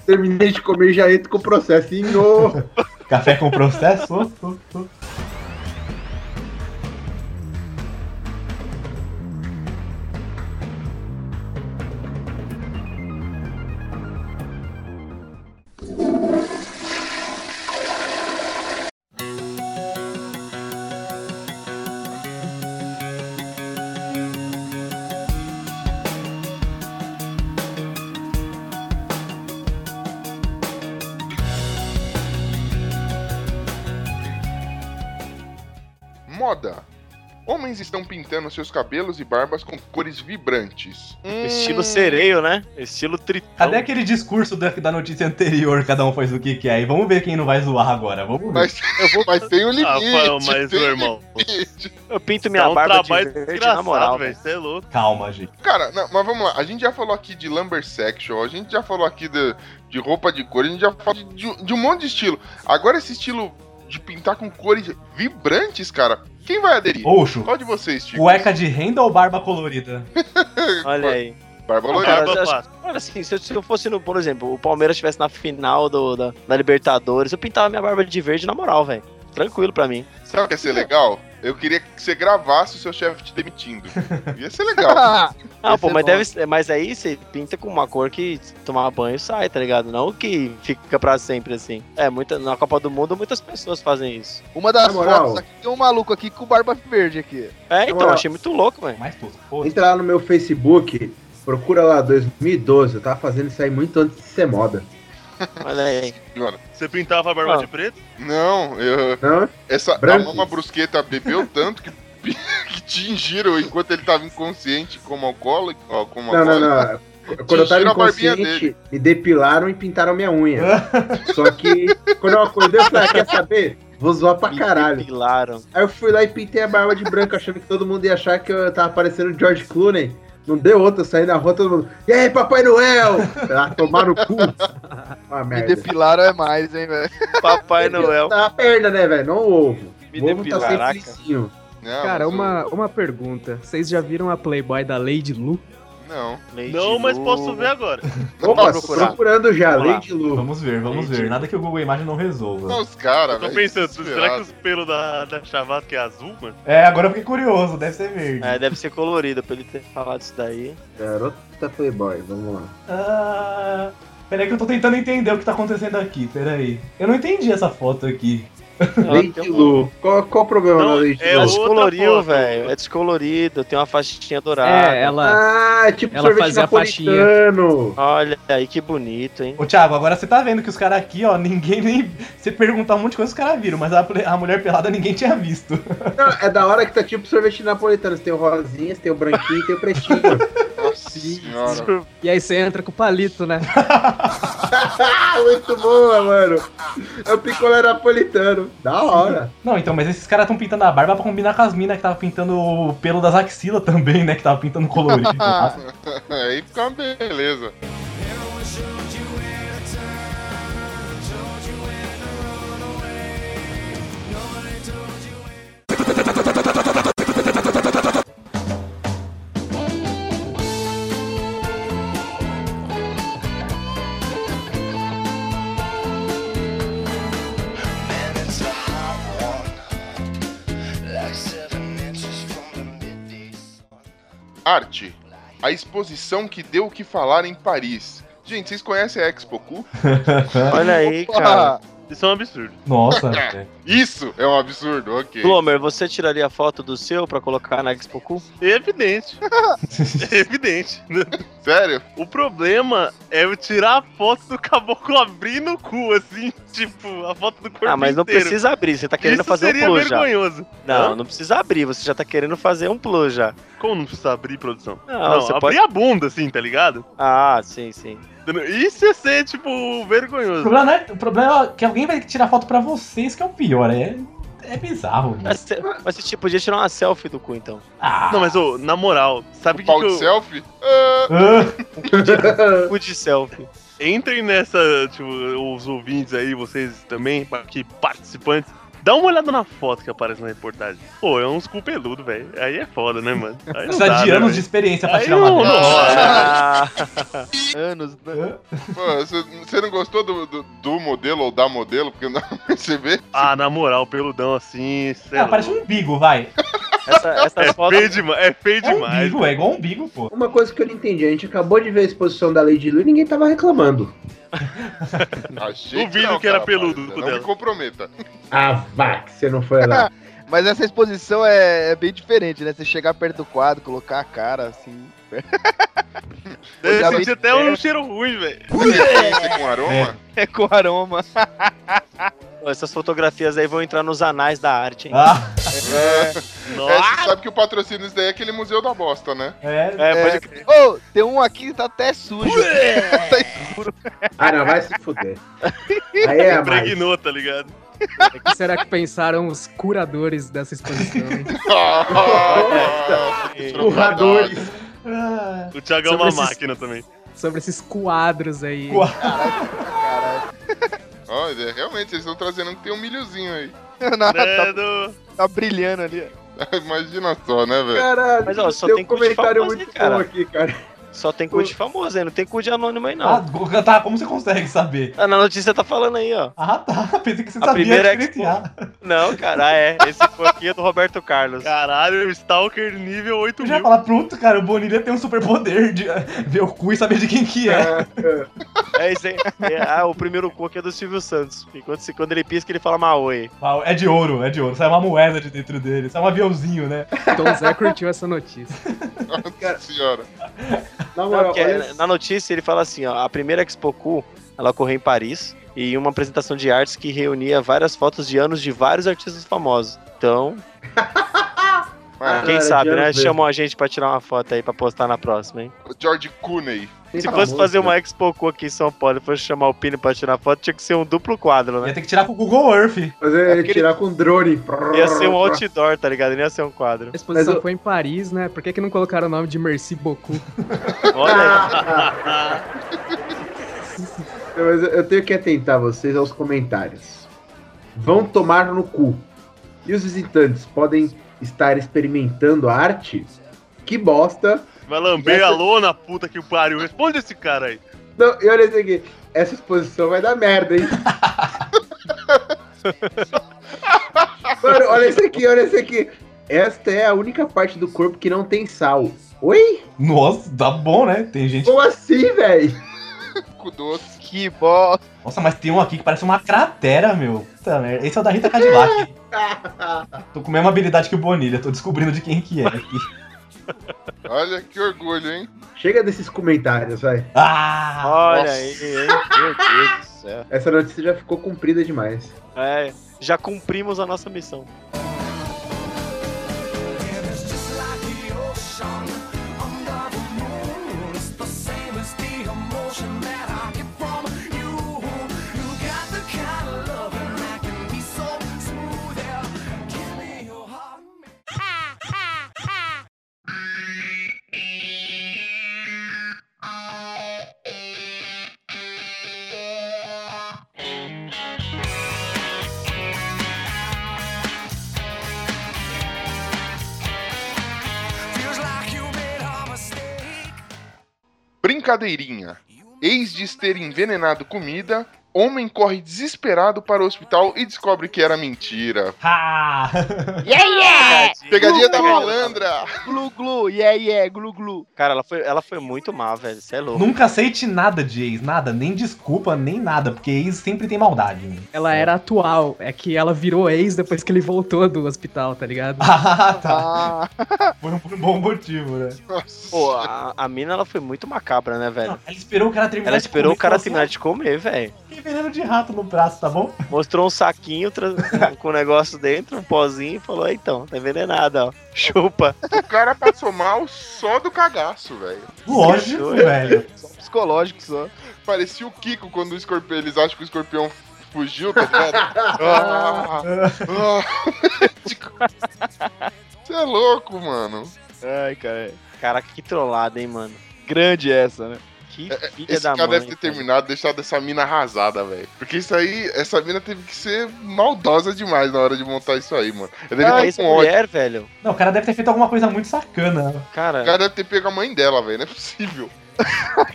Terminei de comer já entro com o processo. E no... Café com processo? ô, ô, ô. Moda. Homens estão pintando seus cabelos e barbas com cores vibrantes. Hum, Estilo sereio, né? Estilo tritão. Então- Cadê aquele discurso da, da notícia anterior? Cada um faz o que quer. E vamos ver quem não vai zoar agora. Vamos ver. Mas, mas tem um limite. Rafael, Ah, mas, tem meu irmão, limite. Eu pinto minha dá um barba de trabalho verde, na desgraçado, velho. moral, velho. Você é louco. Calma, gente. Cara, não, mas vamos lá. A gente já falou aqui de lumbersexual, a gente já falou aqui de, de roupa de cor, a gente já falou de, de um monte de estilo. Agora esse estilo de pintar com cores vibrantes, cara, quem vai aderir? Oxo. Qual de vocês, tipo, Chico? Cueca de renda ou barba colorida? Olha aí. Barba Não, loira. cara, eu acho- olha, assim, se eu, se eu fosse, no, por exemplo, o Palmeiras estivesse na final do, da, da Libertadores, eu pintava minha barba de verde na moral, velho. Tranquilo pra mim. Sabe o que ia ser legal? Eu queria que você gravasse o seu chefe te demitindo. Ia ser legal. Ah, Ia é pô, ser mas, bom. deve, ser- mas aí você pinta com uma cor que se tomar banho sai, tá ligado? Não que fica pra sempre assim. É, muita, na Copa do Mundo muitas pessoas fazem isso. Uma das Na moral. fotos aqui tem um maluco aqui com barba verde aqui. É, então, Agora- achei muito louco, velho. Mais tudo. Pô, Então- Entra lá no meu Facebook, procura lá 2012. Eu tava fazendo isso aí muito antes de ser moda. Olha aí. Mano, Você pintava a barba Ah. de preto? Não, eu, Não? essa a Branco. Mama Brusqueta bebeu tanto que, que tingiram enquanto ele tava inconsciente como alcoólico. ó, Como Não, não, alcoólico. não. Quando eu tava Tira a barbinha inconsciente, me depilaram e pintaram minha unha. Só que quando eu acordei, eu falei, ah, quer saber? Vou zoar pra caralho. Pilaram. Aí eu fui lá e pintei a barba de branco, achando que todo mundo ia achar que eu tava parecendo o George Clooney. Não deu outra, eu saí na rua, todo mundo. E aí, Papai Noel? Ah, tomar no cu. Me Uma merda. depilaram é mais, hein, velho. Papai Noel. Tá a perna, né, velho? Não o ovo. Me o ovo tá depilar, sempre caraca. lisinho. Ah, Não, Cara, mas o- uma, uma pergunta. Vocês já viram a Playboy da Lady Lu? Não. Lady Não, mas Lu. posso ver agora. Opa, tô procurar. procurando já, Vamos lá. Lady Lu. vamos ver, vamos ver. Nada que o Google Imagem não Não, resolva. os caras, Eu tô velho, pensando, será que desesperado. os pelos da, da chavata que é azul, mano? É, agora eu fiquei curioso, deve ser verde. É, deve ser colorido pra ele ter falado isso daí. Garota Playboy, vamos lá. Ah, peraí que eu tô tentando entender o que tá acontecendo aqui, peraí. Eu não entendi essa foto aqui. Ela tem Lady um- Lu. Qual, qual o problema Não, da Lady é Ela Lu? outra descoloriu, foto. velho. É descolorido, tem uma faixinha dourada. Tá. É, ela. Ah, é tipo Ela sorvete fazia a faixinha. napolitano. Olha aí que bonito, hein? Ô Thiago, agora você tá vendo que os caras aqui, ó, ninguém nem. Você perguntar um monte de coisa, os caras viram, mas a, a mulher pelada ninguém tinha visto. Não, é da hora que tá tipo sorvete napolitano. Você tem o rosinha, você tem o branquinho e tem o pretinho. Nossa senhora. E aí você entra com o palito, né? Ah, Muito boa, mano. É o picolé napolitano. Da hora. Não, então, mas esses caras tão pintando a barba pra combinar com as minas que tava pintando o pelo das axilas também, né? Que tava pintando colorido. tá? lá. Aí fica uma É, então, beleza. Arte. A exposição que deu o que falar em Paris. Gente, vocês conhecem a Expo Cu? Olha aí, cara. Porra, Isso é um absurdo. Nossa, velho. Isso é um absurdo, ok. Blomer, você tiraria a foto do seu pra colocar na Expo Cu? Evidente. Evidente. Sério? O problema é eu tirar a foto do caboclo abrindo o cu, assim, tipo, a foto do corpo Ah, mas não inteiro. precisa abrir, você tá querendo Isso fazer seria um plus já. vergonhoso. Não, Hã? não precisa abrir, você já tá querendo fazer um plus já. Como não precisa abrir, produção? Não, Não, você abrir pode- a bunda, assim, tá ligado? Ah, sim, sim. Isso ia ser, tipo, O vergonhoso. problema, não é, o problema é que alguém vai tirar foto pra vocês, que é o pior. É, é bizarro. Ah. Mas você, mas você tipo, podia tirar uma selfie do cu, então. Não, mas, ô, na moral, sabe o que, Pau que de eu... selfie? Ah, Cu de selfie. Entrem nessa, tipo, os ouvintes aí, vocês também, aqui, participantes. Dá uma olhada na foto que aparece na reportagem. Pô, é uns cu peludo, velho. Aí é foda, né, mano? Aí não Precisa dá, de né, anos velho? de experiência Tá pra Aí tirar não- uma É. foto. não rola, né? Anos. né? Você não gostou do, do, do modelo ou da modelo? Porque não você vê? Ah, na moral, peludão assim, sei Ah, lá. parece um umbigo, vai. Essa, É essa foto. feio demais, é feio É um demais. umbigo, é igual um umbigo, pô. Uma coisa que eu não entendi, a gente acabou de ver a exposição da Lady Lu e ninguém tava reclamando. Achei Duvido que era peludo Não dela. me comprometa. Ah, vá, que você não foi lá. Mas essa exposição é, é bem diferente, né? Você chegar perto do quadro, colocar a cara assim. Deve sentir até um cheiro ruim, velho. Você com aroma? É com aroma. Essas fotografias aí vão entrar nos anais da arte, hein? Ah, É, Nossa, você sabe que o patrocínio disso daí é aquele museu da bosta, né? é. É, pode Ô, oh, tem um aqui que tá até sujo. tá escuro. Ah, não, vai se fuder. Aí é a mais. impregnou, tá ligado? O que será que pensaram os curadores dessa exposição? hein? Ah, É. que Urradores. Ah, O Thiago é uma Sobre esses- máquina também. Sobre esses quadros aí. Qua- Olha, realmente, eles estão trazendo que tem um milhozinho aí. Não, tá, Credo. tá brilhando ali. Imagina só, né, velho? Caralho, Mas, ó, só tem tem um cu de comentário famoso, muito hein, cara? bom aqui, cara. Só tem cu de famoso aí, não tem cu de anônimo aí, ah, não. Guga, tá, como você consegue saber? Ah, na notícia tá falando aí, ó. Ah, tá. Pensei que você A sabia primeira é que- diferenciar. Não, cara, ah, é. Esse foi aqui é do Roberto Carlos. Caralho, Stalker nível 8 Eu mil. já ia falar, pronto, cara, o Bonilha tem um superpoder de eh, ver o cu e saber de quem que é. É isso aí. É, ah, o primeiro cu aqui é do Silvio Santos. E quando, se- quando ele pisca, ele fala Maui. Ah, É de ouro, é de ouro. Sai uma moeda de dentro dele, sai um aviãozinho, né? Tom Zé curtiu essa notícia. Nossa senhora. Na Não, moral, porque é, olha, na notícia ele fala assim, ó, a primeira Expo Cu, ela ocorreu em Paris, e uma apresentação de artes que reunia várias fotos de anos de vários artistas famosos. Então, Ah, quem era de sabe, né? anos mesmo. Chamou a gente pra tirar uma foto aí pra postar na próxima, hein? o George Clooney. tem Se famoso, fosse fazer né? uma Expo Cu aqui em São Paulo e fosse chamar o Pini pra tirar foto, tinha que ser um duplo quadro, É. né? Ia ter que tirar com o Google Earth. Fazer ele tirar com drone. É Ia ser um outdoor, tá ligado? Não ia ser um quadro. A exposição Mas eu- foi em Paris, né? Por que, que não colocaram o nome de Merci Beaucoup? Olha aí. Não, Mas eu- eu tenho que atentar vocês aos comentários. Vão tomar no cu. E os visitantes podem estar experimentando a arte? Que bosta! Vai lamber a lona, puta que pariu. Responde esse cara aí. Não, e olha isso aqui. Essa exposição vai dar merda, hein? Mano, olha isso aqui, olha isso aqui. Esta é a única parte do corpo que não tem sal. Oi? Nossa, tá bom, né? Tem gente. Como assim, velho? Cu doce. Que bosta. Nossa, mas tem um aqui que parece uma cratera, meu. Puta merda. Esse é o da Rita Cadillac. tô com a mesma habilidade que o Bonilha, tô descobrindo de quem que é aqui. Olha que orgulho, hein? Chega desses comentários, vai. Ah! Olha Nossa. aí, hein? Meu Deus do céu. Essa notícia já ficou comprida demais. É, já cumprimos a nossa missão. Brincadeirinha. Eis de ter envenenado comida homem corre desesperado para o hospital e descobre que era mentira. Ah! Yeah, yeah! Pegadinha da Glu, glu. malandra! Glu, glu, yeah, yeah, glu, glu. Cara, ela foi, ela foi muito má, velho. Você é louco. Nunca aceite nada de ex, nada, nem desculpa, nem nada, porque ex sempre tem maldade. né? Ela era atual, é que ela virou ex depois que ele voltou do hospital, tá ligado? Ah, tá. Ah, Foi um, por um bom motivo, né? Pô, a, a mina ela foi muito macabra, né, velho? Não, assim, ela esperou o cara terminar Ela esperou o cara terminar de de comer, velho. comer, falou assim, "Ah, Tem veneno de rato no braço, tá bom? Mostrou um saquinho tra- com o negócio dentro, um pozinho, e falou: "Ah, então, tá envenenada, ó. Chupa. O cara passou mal só do cagaço, velho. Lógico, velho. só psicológico só. Parecia o Kiko quando o escorpião, eles acham que o escorpião fugiu, tá ligado? Ah, ah. Você é louco, mano. Ai, cara. é Caraca, que trollada, hein, mano. Grande essa, né? Que filha É, Esse da cara mãe. deve ter cara. terminado, deixado essa mina arrasada, velho. Porque isso aí, essa mina teve que ser maldosa demais na hora de montar isso aí, mano. Ele deve Ah, estar essa com ódio. mulher, velho. Não, o cara deve ter feito alguma coisa muito sacana. O Cara, cara deve ter pego a mãe dela, velho. Não é possível.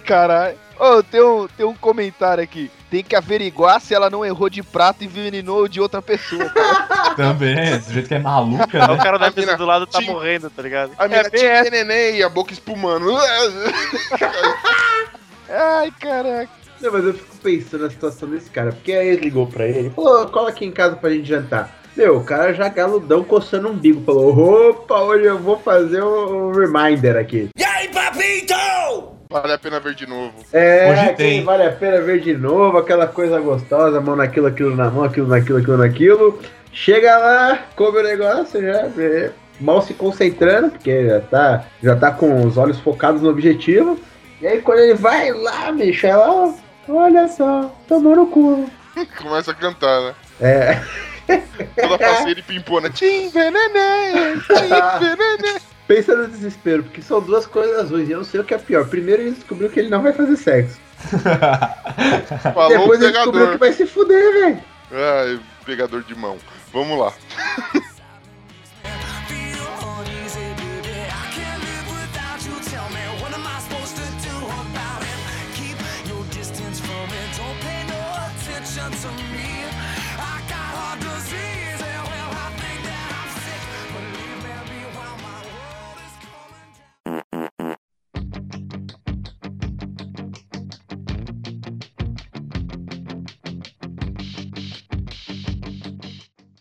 Caralho. Ô, tem, um, tem um comentário aqui. Tem que averiguar se ela não errou de prato e envenenou de outra pessoa. cara. Também, do jeito que é maluca, o né? cara A deve mina ter do lado tá tinha- morrendo, tá ligado? A mina é, bem tinha essa. neném e a boca espumando. Ai, caraca. Não, mas eu fico pensando na situação desse cara, porque aí ele ligou pra ele, ele falou, "Ô, cola aqui em casa pra gente jantar. Meu, o cara já galudão coçando o umbigo, falou, opa, hoje eu vou fazer um um reminder aqui. Vale a pena ver de novo. É, Hoje aquele tem. vale a pena ver de novo, aquela coisa gostosa, mão naquilo, aquilo na mão, aquilo naquilo, aquilo naquilo. Chega lá, come o negócio, já é, mal se concentrando, porque já tá, já tá com os olhos focados no objetivo. E aí quando ele vai lá, bicho, ela, olha só, tomou no cu. Começa a cantar, né? É. Toda parceira e pimpona. Te envenenei, te envenenei. Tá Pensa no desespero, porque são duas coisas ruins e eu não sei o que é pior. Primeiro ele descobriu que ele não vai fazer sexo. Falou o Depois ele descobriu Tá pegador. que vai se fuder, velho. Ai, pegador de mão. Vamos lá.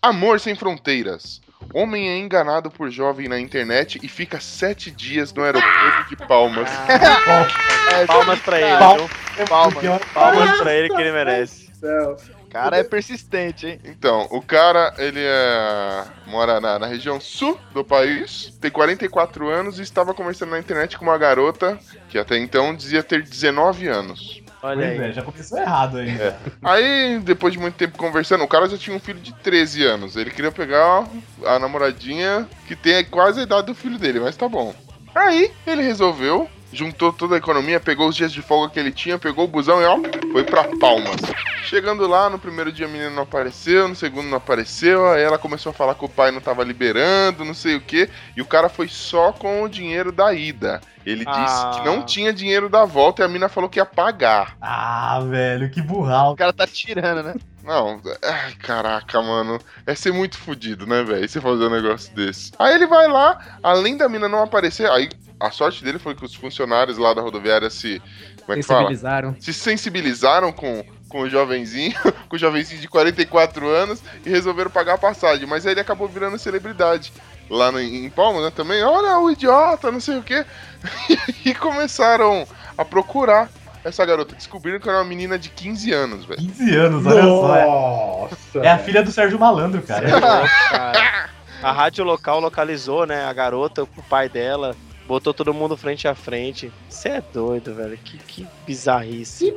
Amor Sem Fronteiras. Homem é enganado por jovem na internet e fica sete dias no aeroporto de Palmas. Ah. Palmas um pra ele, Pal- viu? Palma. Palmas pra ele que ele merece. Então, Cara, é persistente, hein? Então, o cara, ele é... mora na, na região sul do país, tem 44 anos e estava conversando na internet com uma garota que até então dizia ter 19 anos. Olha Pois aí. é, já começou errado aí. É. Aí, depois de muito tempo conversando, o cara já tinha um filho de 13 anos. Ele queria pegar a namoradinha que tem quase a idade do filho dele, mas tá bom. Aí, ele resolveu, juntou toda a economia, pegou os dias de folga que ele tinha, pegou o busão e ó, foi pra Palmas. Chegando lá, no primeiro dia a menina não apareceu, no segundo não apareceu, aí ela começou a falar que o pai não tava liberando, não sei o que, e o cara foi só com o dinheiro da ida. Ele Ah. disse que não tinha dinheiro da volta e a mina falou que ia pagar. Ah, velho, que burral. O cara tá tirando, né? Não, ai, caraca, mano. É ser muito fudido, né, velho? Você fazer um negócio desse. Aí ele vai lá, além da mina não aparecer, aí a sorte dele foi que os funcionários lá da rodoviária se. Como é que fala? Sensibilizaram. Se sensibilizaram com, com o jovenzinho, com o jovenzinho de 44 anos e resolveram pagar a passagem. Mas aí ele acabou virando celebridade. Lá no- em Palmas, né, também. Olha o idiota, não sei o quê. e começaram a procurar essa garota. Descobriram que era uma menina de 15 anos, velho. 15 anos, olha só. é- Nossa. É a filha do Sérgio Malandro, cara. Cara, a rádio local localizou, né, a garota com o pai dela. Botou todo mundo frente a frente. Você é doido, velho. Que, que bizarrice. Se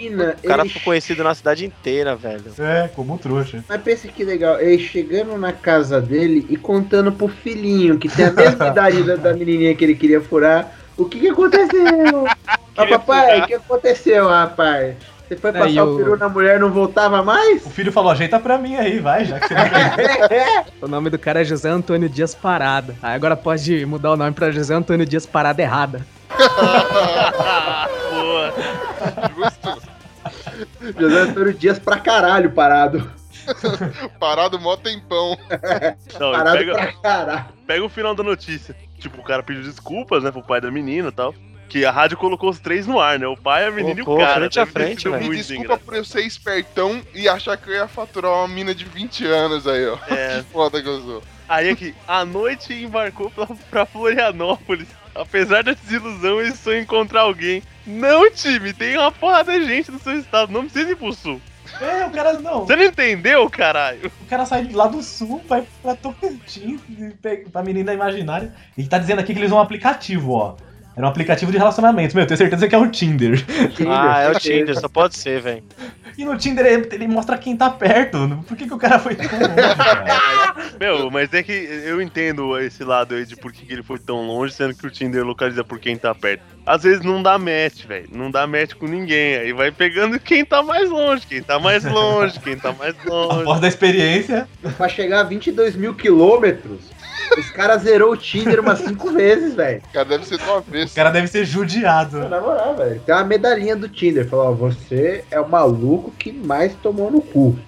imagina. O cara ele ficou conhecido na cidade inteira, velho. É, como um trouxa. Mas pensa que legal, ele chegando na casa dele e contando pro filhinho, que tem a mesma idade da, da menininha que ele queria furar, o que que aconteceu? ah, papai, o que aconteceu, rapaz? Você foi Não, passar É, e o o- peru na mulher e não voltava mais? O filho falou, ajeita pra mim aí, vai, já que você não quer. O nome do cara é José Antônio Dias Parada. Aí agora pode mudar o nome pra José Antônio Dias Parada Errada. Boa. Gostou. José Antônio Dias pra caralho parado. Parado mó tempão. Não, Parado pega, pra caralho. pega o final da notícia. Tipo, o cara pediu desculpas, né, pro pai da menina e tal. Que a rádio colocou os três no ar, né? O pai, a menina Colocou, e o cara. né? frente a Deve ter frente, sido velho. muito Me desculpa engraçado. por eu ser espertão e achar que eu ia faturar uma mina de 20 anos aí, ó. É. Que foda que eu sou. Aí aqui, à noite embarcou pra, pra Florianópolis. Apesar da desilusão, ele sonha em encontrar alguém. Não, time, tem uma porrada de gente no seu estado, não precisa ir pro sul. É, o cara não. Você não entendeu, caralho? O cara sai lá do sul, vai pra Tocantins, e pega- pra menina imaginária. Ele tá dizendo aqui que eles usam um aplicativo, ó. Era um aplicativo de relacionamento. Meu, eu tenho certeza que é o Tinder. Ah, é o Tinder, só pode ser, velho. E no Tinder ele, ele mostra quem tá perto. Por que, que o cara foi tão longe, cara? Meu, mas é que eu entendo esse lado aí de por que que ele foi tão longe, sendo que o Tinder localiza por quem tá perto. Às vezes não dá match, velho. Não dá match com ninguém. Aí vai pegando quem tá mais longe, quem tá mais longe, quem tá mais longe. Após da experiência. Pra chegar a 22 mil quilômetros, os caras zerou o Tinder umas 5 vezes, velho. Cara, deve ser de uma O vez. cara deve ser judiado. né? Na moral, velho. Tem uma medalhinha do Tinder. Falou, ó, você é o maluco que mais tomou no cu.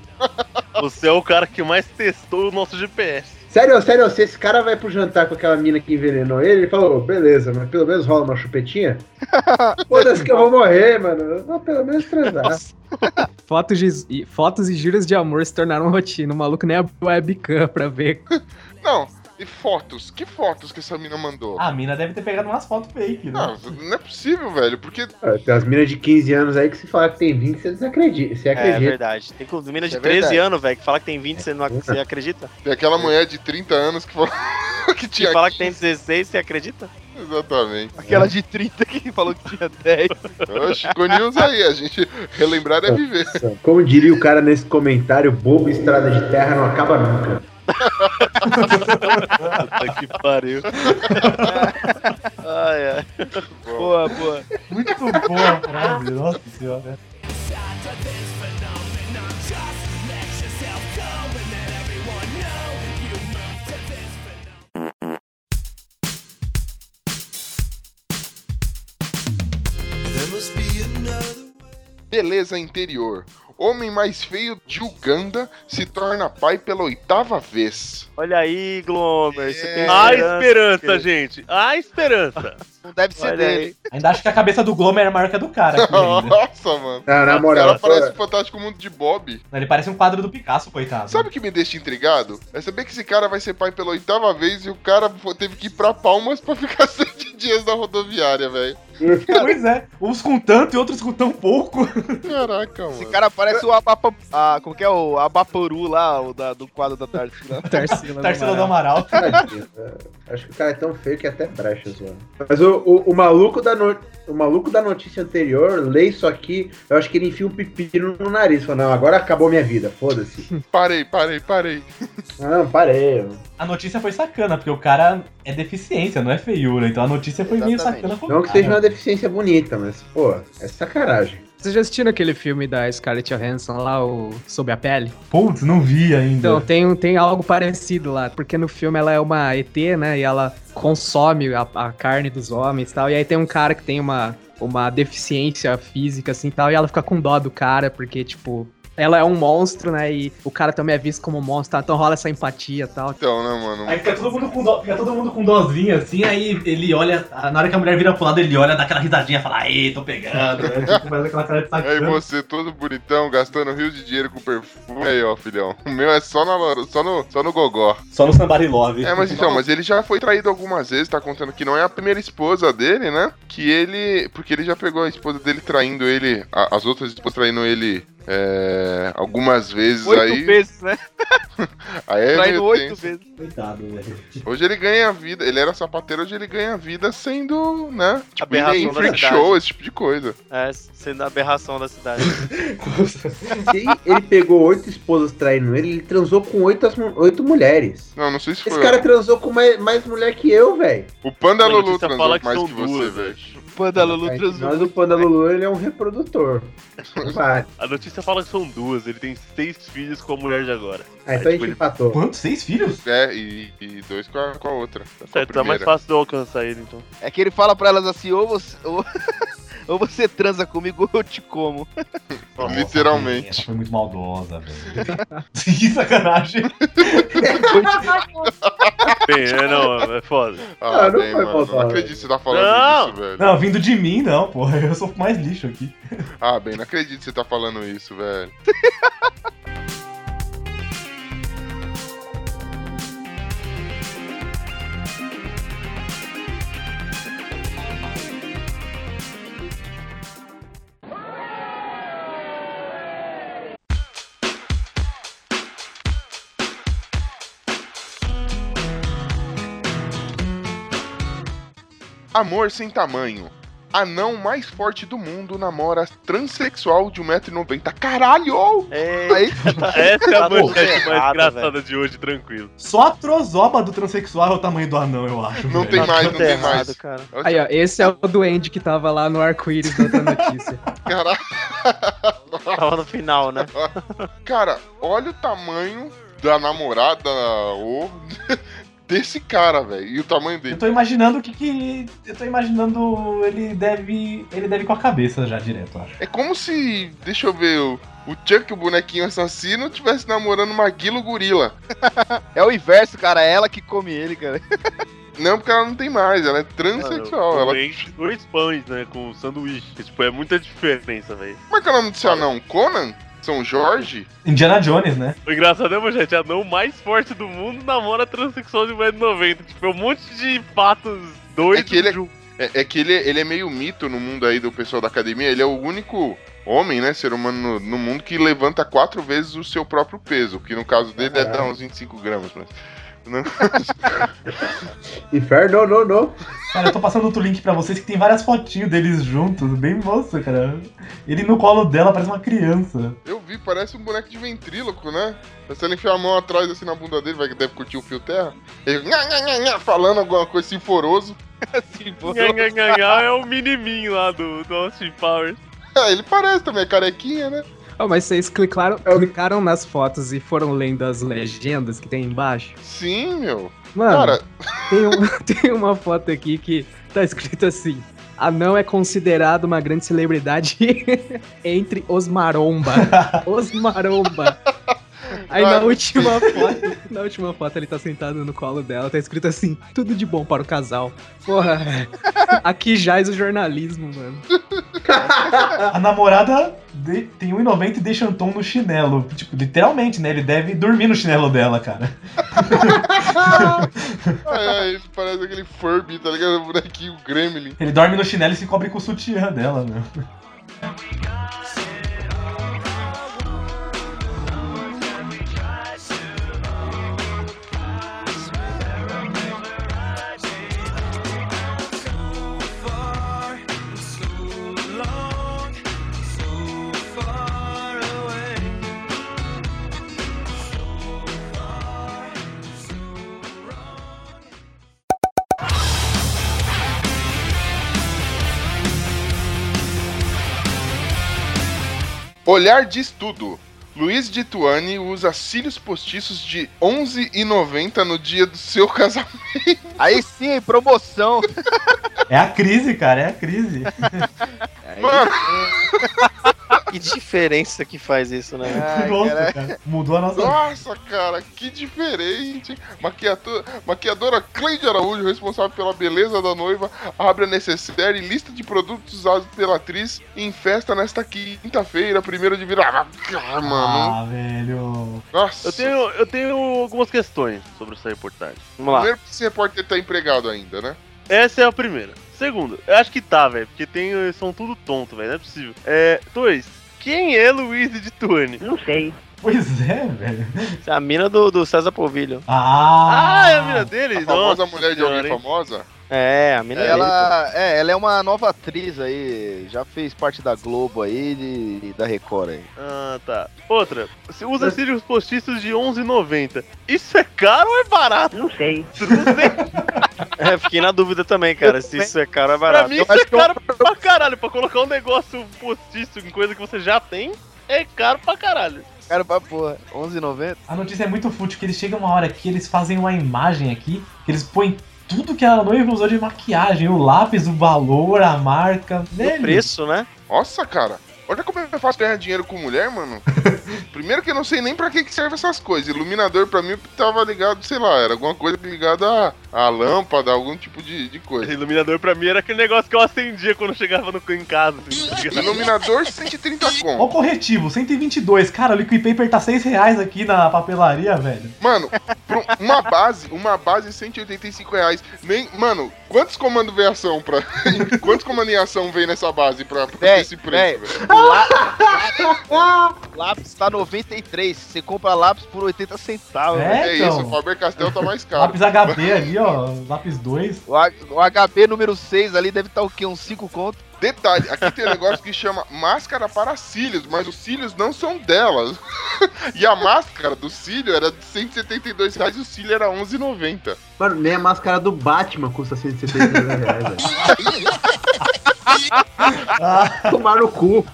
Você é o cara que mais testou o nosso GPS. Sério, sério, se esse cara vai pro jantar com aquela mina que envenenou ele, ele falou, beleza, mas pelo menos rola uma chupetinha. Foda-se que eu vou morrer, mano. Eu vou pelo menos transar. Fotos, de- e, fotos e giros de amor se tornaram rotina. O maluco nem abriu a webcam pra ver. Não, e fotos? Que fotos que essa mina mandou? A mina deve ter pegado umas fotos fake, né? Não, não é possível, velho. Porque Ah, Tem umas minas de 15 anos aí que se falar que tem 20, você desacredita. Você É acredita. verdade. Tem com- mina de É 13 verdade. anos, velho, que fala que tem 20, você, não, ac- É. você acredita? tem aquela mulher de 30 anos que falou que Que tinha. fala que tem 16, você acredita? Exatamente. Aquela de 30 que falou que tinha 10. Ô, Chico News aí, a gente relembrar é viver. Como diria o cara nesse comentário, bobo estrada de terra não acaba nunca. Puta que pariu. Ah, é. Boa, boa. Muito boa a frase, nossa senhora. Beleza interior. Homem mais feio de Uganda se torna pai pela oitava vez. Olha aí, Glomer. Você É. tem Ah, Há querido. esperança, gente. Há esperança. Não deve ser Olha dele. aí. Ainda acho que a cabeça do Glomer é maior que a do cara aqui ainda. Nossa, mano. Não, Ah, na Ela, moral, parece o Fantástico Mundo de Bob. Ele parece um quadro do Picasso, coitado. Sabe o que me deixa intrigado? É saber que esse cara vai ser pai pela oitava vez e o cara fo- teve que ir pra Palmas pra ficar sete dias na rodoviária, velho. Pois é. Uns com tanto e outros com tão pouco. Caraca, mano. Esse cara parece o Abapa, ah, como que é o Abaporu lá, o da- do quadro da Tarsila. Tarsila. Tarsila do Amaral. Amaral. Tadinho, cara. Acho que o cara é tão feio que até brecha, mano. Mas o, o, o maluco da no- o maluco da notícia anterior lê isso aqui, eu acho que ele enfia um pepino no nariz. Fala, não, agora acabou minha vida, foda-se. Parei, parei, parei. Não, parei. mano. A notícia foi sacana, porque o cara é deficiência, não é feiura. Então a notícia foi meio Exatamente. sacana. com o Não que cara. seja uma deficiência bonita, mas, pô, é sacanagem. Vocês já assistiram aquele filme da Scarlett Johansson lá, o Sob a Pele? Putz, não vi ainda. Então, tem, tem algo parecido lá, porque no filme ela é uma ET, né, e ela consome a, a carne dos homens e tal, e aí tem um cara que tem uma, uma deficiência física, assim, e tal, e ela fica com dó do cara, porque, tipo, ela é um monstro, né, e o cara também é visto como um monstro, tá? então rola essa empatia e tal. Então, né, mano? Aí fica todo mundo com dó, fica todo mundo com dózinha assim, aí ele olha, na hora que a mulher vira pro lado, ele olha, dá aquela risadinha, fala, aí, tô pegando, né? Tipo, faz aquela cara de Aí sacana. você, todo bonitão, gastando rios de dinheiro com perfume. Aí, ó, filhão. O meu é só, na, só, no, só no gogó. Só no Somebody Love. É, mas então, mas ele já foi traído algumas vezes, tá contando que não é a primeira esposa dele, né? Que ele. Porque ele já pegou a esposa dele traindo ele, a- as outras esposas traindo ele é, algumas vezes aí. Oito vezes, né? aí é Traindo meio oito tenso. vezes. Coitado, velho. Hoje ele ganha vida, ele era sapateiro, hoje ele ganha vida sendo, né? Tipo, Aberração em da freak cidade. show, esse tipo de coisa. É, sendo a aberração da cidade. Se ele pegou oito esposas traindo ele, ele transou com oito, as mu- oito mulheres. Não, não sei se foi. Esse cara transou com mais, mais mulher que eu, velho. O Panda A Lulu notícia transou fala que mais são que você, duas, velho. Panda Lulu Aí, transou. Nós, o Panda Lulu, ele é um reprodutor. Vai. A notícia fala que são duas. Ele tem seis filhos com a mulher de agora. É Ah, então a tipo gente empatou. Quantos? Seis filhos? É, e, e dois com a, com a outra. com a Certo, tá mais primeira. fácil de eu alcançar ele, então. É que ele fala pra elas assim, ou você, ou, Ou você transa comigo ou eu te como. Literalmente. Foi muito maldosa, velho. que sacanagem. Bem, é, não, é foda. Ah, Ah, não bem, foi mano, maldosa. não acredito que você tá falando Não! isso, velho. Não, vindo de mim, não, porra. Eu sou mais lixo aqui. Ah, bem, não acredito que você tá falando isso, velho. Amor sem tamanho. Anão mais forte do mundo namora transexual de 1,90m. Caralho! Aí, Essa é a Tá tudo manchete mais errado, engraçada de hoje, tranquilo. Só a trozoba do transexual é o tamanho do anão, eu acho. Não velho. tem mais, não Tá tudo tem errado, mais. cara. Aí, ó, esse é o duende que tava lá no arco-íris da outra notícia. Caralho. Tava no final, né? Cara, olha o tamanho da namorada ou desse cara, velho. E o tamanho Eu dele. tô imaginando o que que. Eu tô imaginando ele deve. Ele deve com a cabeça já direto, eu acho. É como se, deixa eu ver, o, o Chuck, o bonequinho assassino, tivesse namorando uma Guilo Gorila. É o inverso, cara. É ela que come ele, cara. Não, porque ela não tem mais, ela é Mano, transexual. tu ela... enche dois pães, né? Com sanduíche. que, Tipo, é muita diferença, velho. Como é que é o nome desse anão? Conan? São Jorge? Indiana Jones, né? O engraçado é, manchete, anão mais forte do mundo namora transexual de 1,90m. Tipo, é um monte de patos doidos. É que ele é- juntos. É, é que ele, ele é meio mito no mundo aí do pessoal da academia. Ele é o único homem, né, ser humano no, no mundo que levanta quatro vezes o seu próprio peso. Que no caso dele deve dar uns 25 gramas. Mas... Não. Inferno, não, não, não. Cara, eu tô passando outro link pra vocês que tem várias fotinhos deles juntos, bem moço, cara. Ele no colo dela parece uma criança. Eu vi, parece um boneco de ventríloco, né? Se ele enfiar a mão atrás assim na bunda dele, vai que deve curtir o fio terra. Ele nha, nha, nha, nha, falando alguma coisa assim foroso. Assim, pô. Nha, nha, nha, nha, é o minimin lá do, do Austin Powers. É, ele parece também, é carequinha, né? Ó, mas vocês clicaram, clicaram nas fotos e foram lendo as legendas que tem embaixo? Sim, meu. Mano, Cara, tem, um- tem uma foto aqui que tá escrito assim. Anão é considerado uma grande celebridade entre os maromba. Os maromba. Aí na Ah, última foto, na última foto ele tá sentado no colo dela, tá escrito assim, tudo de bom para o casal. Porra, aqui jaz o jornalismo, mano. A namorada de- tem 1,90 e deixa Anton no chinelo. Tipo, literalmente, né? Ele deve dormir no chinelo dela, cara. ai, ai, é, ele parece aquele Furby, tá ligado? O bonequinho Gremlin. Ele dorme no chinelo e se cobre com o sutiã dela, meu. Olhar diz tudo. Luiz de Tuane usa cílios postiços de 11,90 no dia do seu casamento. Aí sim, hein, promoção. É a crise, cara, é a crise. É Mano, Que diferença que faz isso, né? Ai, que louco, cara. cara. Mudou a nossa. nossa, cara, que diferente. Maquiato- maquiadora Cleide Araújo, responsável pela beleza da noiva, abre a necessaire e lista de produtos usados pela atriz em festa nesta quinta-feira, primeiro de virar. Ah, mano. Ah, velho. Nossa. Eu tenho, eu tenho algumas questões sobre essa reportagem. Vamos lá. Primeiro que esse repórter tá empregado ainda, né? Essa é a primeira. Segunda, eu acho que tá, velho, porque tem, eles são tudo tonto, velho, não é possível. É, dois, quem é Luiz de Tuane? Pois é, velho. A mina do, do César Polvilho. Ah, Ah, é a mina dele? A famosa mulher de senhora, alguém hein? famosa. É, a mina dele. Ela é, ela é uma nova atriz aí, já fez parte da Globo aí de- e da Record aí. Ah, tá. Outra, você usa cílios postiços de 11,90. Isso é caro ou é barato? Não sei. Não sei. É, fiquei na dúvida também, cara, se isso é caro ou é Pra barato. mim isso é caro pra caralho. Pra colocar um negócio postiço em coisa que você já tem, é caro pra caralho. Cara, pra porra, 11,90? A notícia é muito fútil, que eles chegam uma hora que eles fazem uma imagem aqui, que eles põem tudo que a noiva usou de maquiagem. O lápis, o valor, a marca. Velho. né? Nossa, cara. Olha como é fácil ganhar dinheiro com mulher, mano. Primeiro que eu não sei nem pra que que serve essas coisas. Iluminador pra mim tava ligado, sei lá, era alguma coisa ligada à, à lâmpada, algum tipo de, de coisa. Iluminador pra mim era aquele negócio que eu acendia quando chegava no, em casa. Assim, tá ligado? Iluminador 130 Ó o conto. corretivo, 122. Cara, o Liquid Paper tá 6 reais aqui na papelaria, velho. Mano, pra uma base, uma base 185 reais. Nem, mano, quantos comandos vem ação pra. quantos comandos em ação vem nessa base pra, pra Véi, esse preço, véi, velho? lápis- Lápis tá 93. Você compra lápis por 80 centavos. É, velho. É então. isso, o Faber Castell tá mais caro. Lápis HB ali, ó. Lápis 2. O, H- o HP número 6 ali deve estar o quê? Uns 5 conto. Detalhe, aqui tem um negócio que chama máscara para cílios, mas os cílios não são delas. E a máscara do cílio era de R$ 172 reais e o cílio era R$ 11,90. Mano, nem a máscara do Batman custa 170 reais, velho. Tomar no cu.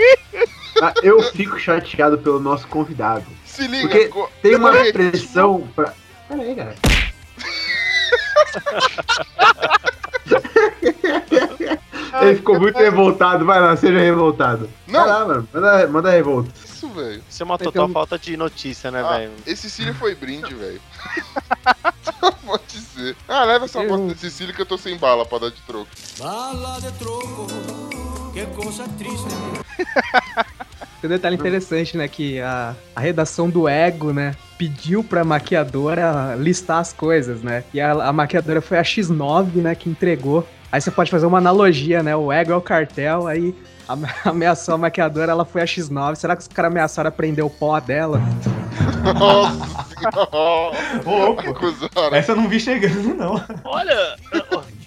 Ah, Eu fico chateado pelo nosso convidado. Se liga, Porque co- tem uma corretivo. pressão pra. Pera aí, cara. Ele ficou muito revoltado. Vai lá, seja revoltado. Vai lá, mano. Manda, manda a revolta. Isso, velho. Isso é uma Vai total ter um- falta de notícia, né, Ah, velho? esse cílio foi brinde, velho. Vou dizer. Ah, leva essa bosta desse cílio que eu tô sem bala pra dar de troco. Bala de troco, que coisa triste. Tem um detalhe interessante, né? Que a, a redação do Ego, né? Pediu pra maquiadora listar as coisas, né? E a, a maquiadora foi a X9, né? Que entregou. Aí você pode fazer uma analogia, né? O Ego é o cartel, aí a- ameaçou a maquiadora, ela foi a X9. Será que os caras ameaçaram a prender o pó dela? Nossa senhora. Ô, louco. Acusada. Ah, Essa eu não vi chegando, não. Olha,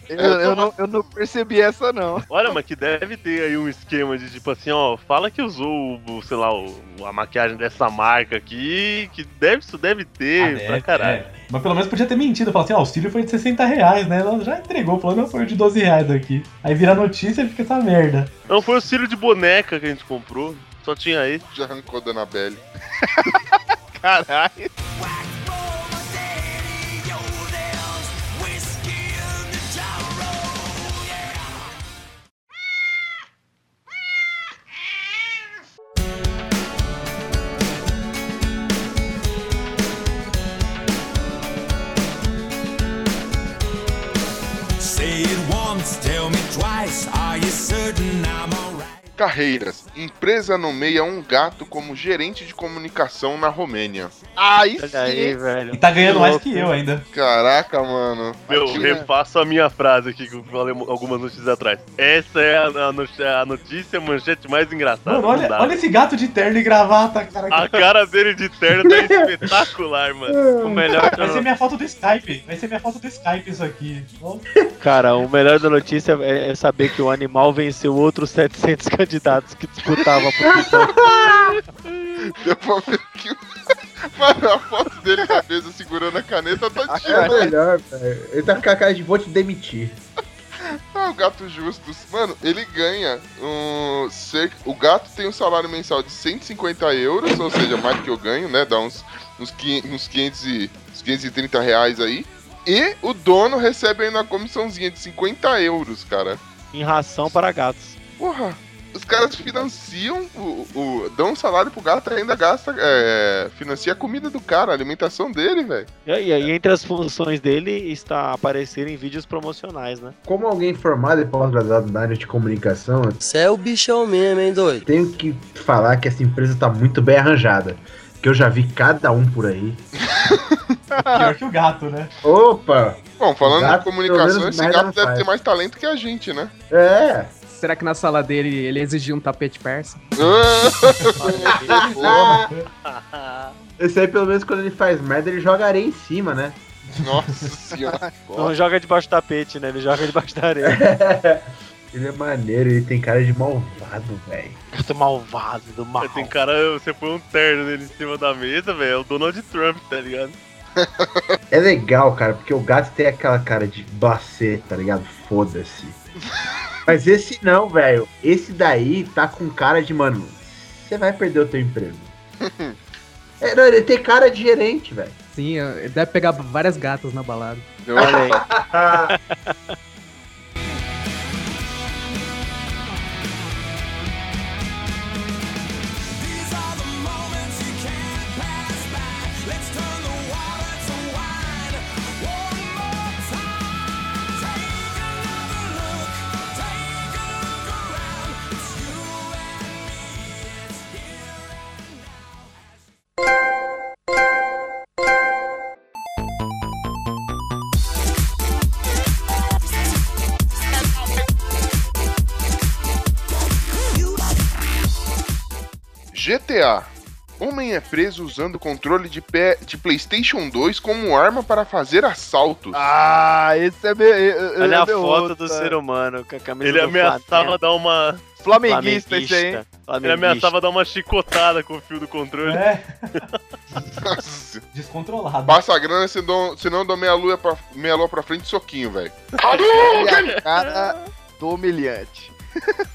Eu, eu não, eu não percebi essa, não. olha, mas que deve ter aí um esquema de tipo assim, ó, fala que usou, o- o, sei lá, o- a maquiagem dessa marca aqui, que deve, isso deve ter pra caralho. É. Mas pelo menos podia ter mentido. Falar assim, ó, o cílio foi de 60 reais, né? Ela já entregou, falando, não, foi o de 12 reais aqui. Aí vira notícia e fica essa merda. Não, foi o cílio de boneca que a gente comprou. Só tinha esse. Já arrancou da Anabelle. Caralho. Say it once, tell me twice. Are you certain I'm alright? Carreiras. Empresa nomeia um gato como gerente de comunicação na Romênia. Aí sim. Olha aí, velho. E tá ganhando mais louco. que eu ainda. Caraca, mano. Meu, Aqui, né? refaço a minha frase aqui que eu falei mo- algumas notícias atrás. Essa é a, a no- a notícia, a manchete mais engraçada. Mano, não olha, dá. olha esse gato de terno e gravata, cara. Ah, A cara dele de terno tá espetacular, mano. O melhor Vai ser minha foto do Skype. Vai ser minha foto do Skype isso aqui. Cara, o melhor da notícia é é saber que o animal venceu outros 700 candidatos que disputavam a profissão. Deu pra ver que. Mano, a foto dele cabeça segurando a caneta tá É tirando. melhor, velho. Ele tá com a cara de vou te demitir. Ah, o gato justus. Mano, ele ganha um. cerca- O gato tem um salário mensal de 150 euros, ou seja, mais do que eu ganho, né? Dá uns, uns, quin- uns, 500 e, uns 530 reais aí. E o dono recebe ainda uma comissãozinha de 50 euros, cara. em ração para gatos. Porra, os caras financiam, o, o- dão um salário pro gato e ainda gasta, é, financia a comida do cara, a alimentação dele, velho. E, aí, aí, entre as funções dele está aparecer em vídeos promocionais, né? Como alguém formado e pós-graduado na área de comunicação, Você é o bichão mesmo, hein, doido? tenho que falar que essa empresa tá muito bem arranjada. Que eu já vi cada um por aí. Pior que o gato, né? Opa! Bom, falando Gato, de pelo comunicação, menos, esse merda não gato deve faz. ter mais talento que a gente, né? É! Será que na sala dele ele exigiu um tapete persa? Porra, Esse aí, pelo menos, quando ele faz merda, ele joga areia em cima, né? nossa senhora. Não Então joga debaixo do tapete, né? Ele joga debaixo da areia. Ele é maneiro, ele tem cara de malvado, velho. Gato malvado do mal. Tem cara, você põe um terno nele em cima da mesa, velho. É o Donald Trump, tá ligado? É legal, cara, porque o gato tem aquela cara de bacê, tá ligado? Foda-se. Mas esse não, velho. Esse daí tá com cara de, mano, você vai perder o teu emprego. É, não, ele tem cara de gerente, velho. Sim, ele deve pegar várias gatas na balada. Olha aí. GTA. Homem é preso usando controle de, pé, de PlayStation 2 como arma para fazer assaltos. Ah, esse é meu. Olha a foto do ser humano com a camisa Ele do ameaçava Flamengo. dar uma. Flamenguista esse aí, hein? Ele ameaçava dar um- uma chicotada com o fio do controle. É. Descontrolado. Passa a grana, senão, senão dou meia lua pra, meia lua pra frente soquinho, velho. E a cara do humilhante.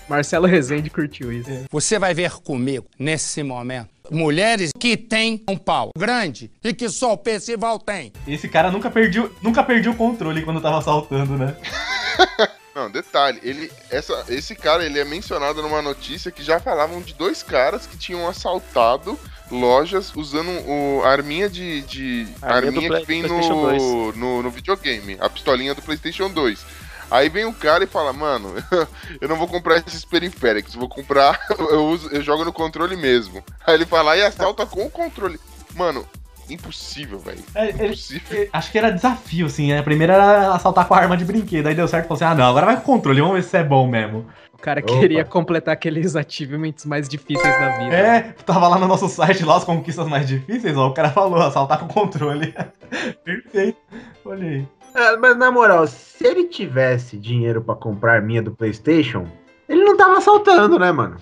Marcelo Rezende curtiu isso. Você vai ver comigo, nesse momento, mulheres que têm um pau grande e que só o Percival tem. Esse cara nunca perdeu, nunca perdeu o controle quando tava saltando, né? Não, detalhe, ele, essa, esse cara ele é mencionado numa notícia que já falavam de dois caras que tinham assaltado lojas usando o, a arminha de. de a Arminha do arminha Play- que vem PlayStation no, 2. no, no videogame, a pistolinha do PlayStation 2. Aí vem o cara e fala, mano, eu não vou comprar esses periféricos, vou comprar, eu, uso, eu jogo no controle mesmo. Aí ele vai lá e assalta com o controle. Mano, impossível, velho. É, ele- ele- acho que era desafio, assim. né? A primeira era assaltar com a arma de brinquedo. Aí deu certo, falou assim: ah, não, agora vai com o controle, vamos ver se é bom mesmo. O cara queria completar aqueles achievements mais difíceis da vida. É, tava lá no nosso site, lá as conquistas mais difíceis, ó. O cara falou: assaltar com o controle. Perfeito. Olha aí. Ah, mas na moral, se ele tivesse dinheiro pra comprar minha do PlayStation, ele não tava assaltando, né, mano?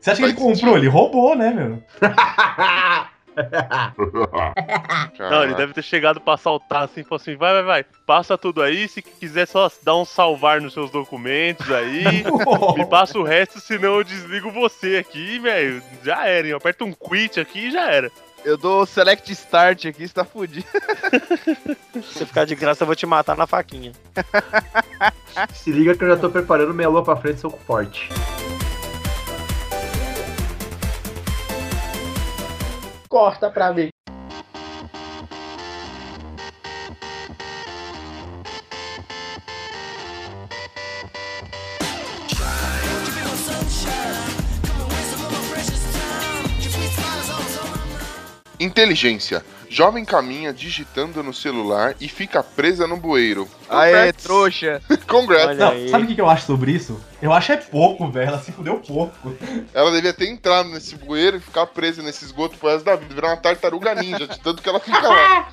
Você acha que ele comprou? Ele roubou, né, meu? Não, ele deve ter chegado pra assaltar assim, falou assim, vai, vai, vai, passa tudo aí, se quiser só dá um salvar nos seus documentos aí, me passa o resto, senão eu desligo você aqui, velho, já era, hein, aperta um quit aqui e já era. Eu dou select start aqui, você tá fudido. Se ficar de graça, eu vou te matar na faquinha. Se liga que eu já tô preparando minha lua pra frente, soco forte. Corta pra mim. Inteligência. Jovem caminha digitando no celular e fica presa no bueiro. Aê, trouxa. Congrats. Não, sabe o que que eu acho sobre isso? Eu acho é pouco, velho. Ela se fudeu pouco. Ela devia ter entrado nesse bueiro e ficar presa nesse esgoto pro resto da vida, virar uma tartaruga ninja, de tanto que ela fica lá.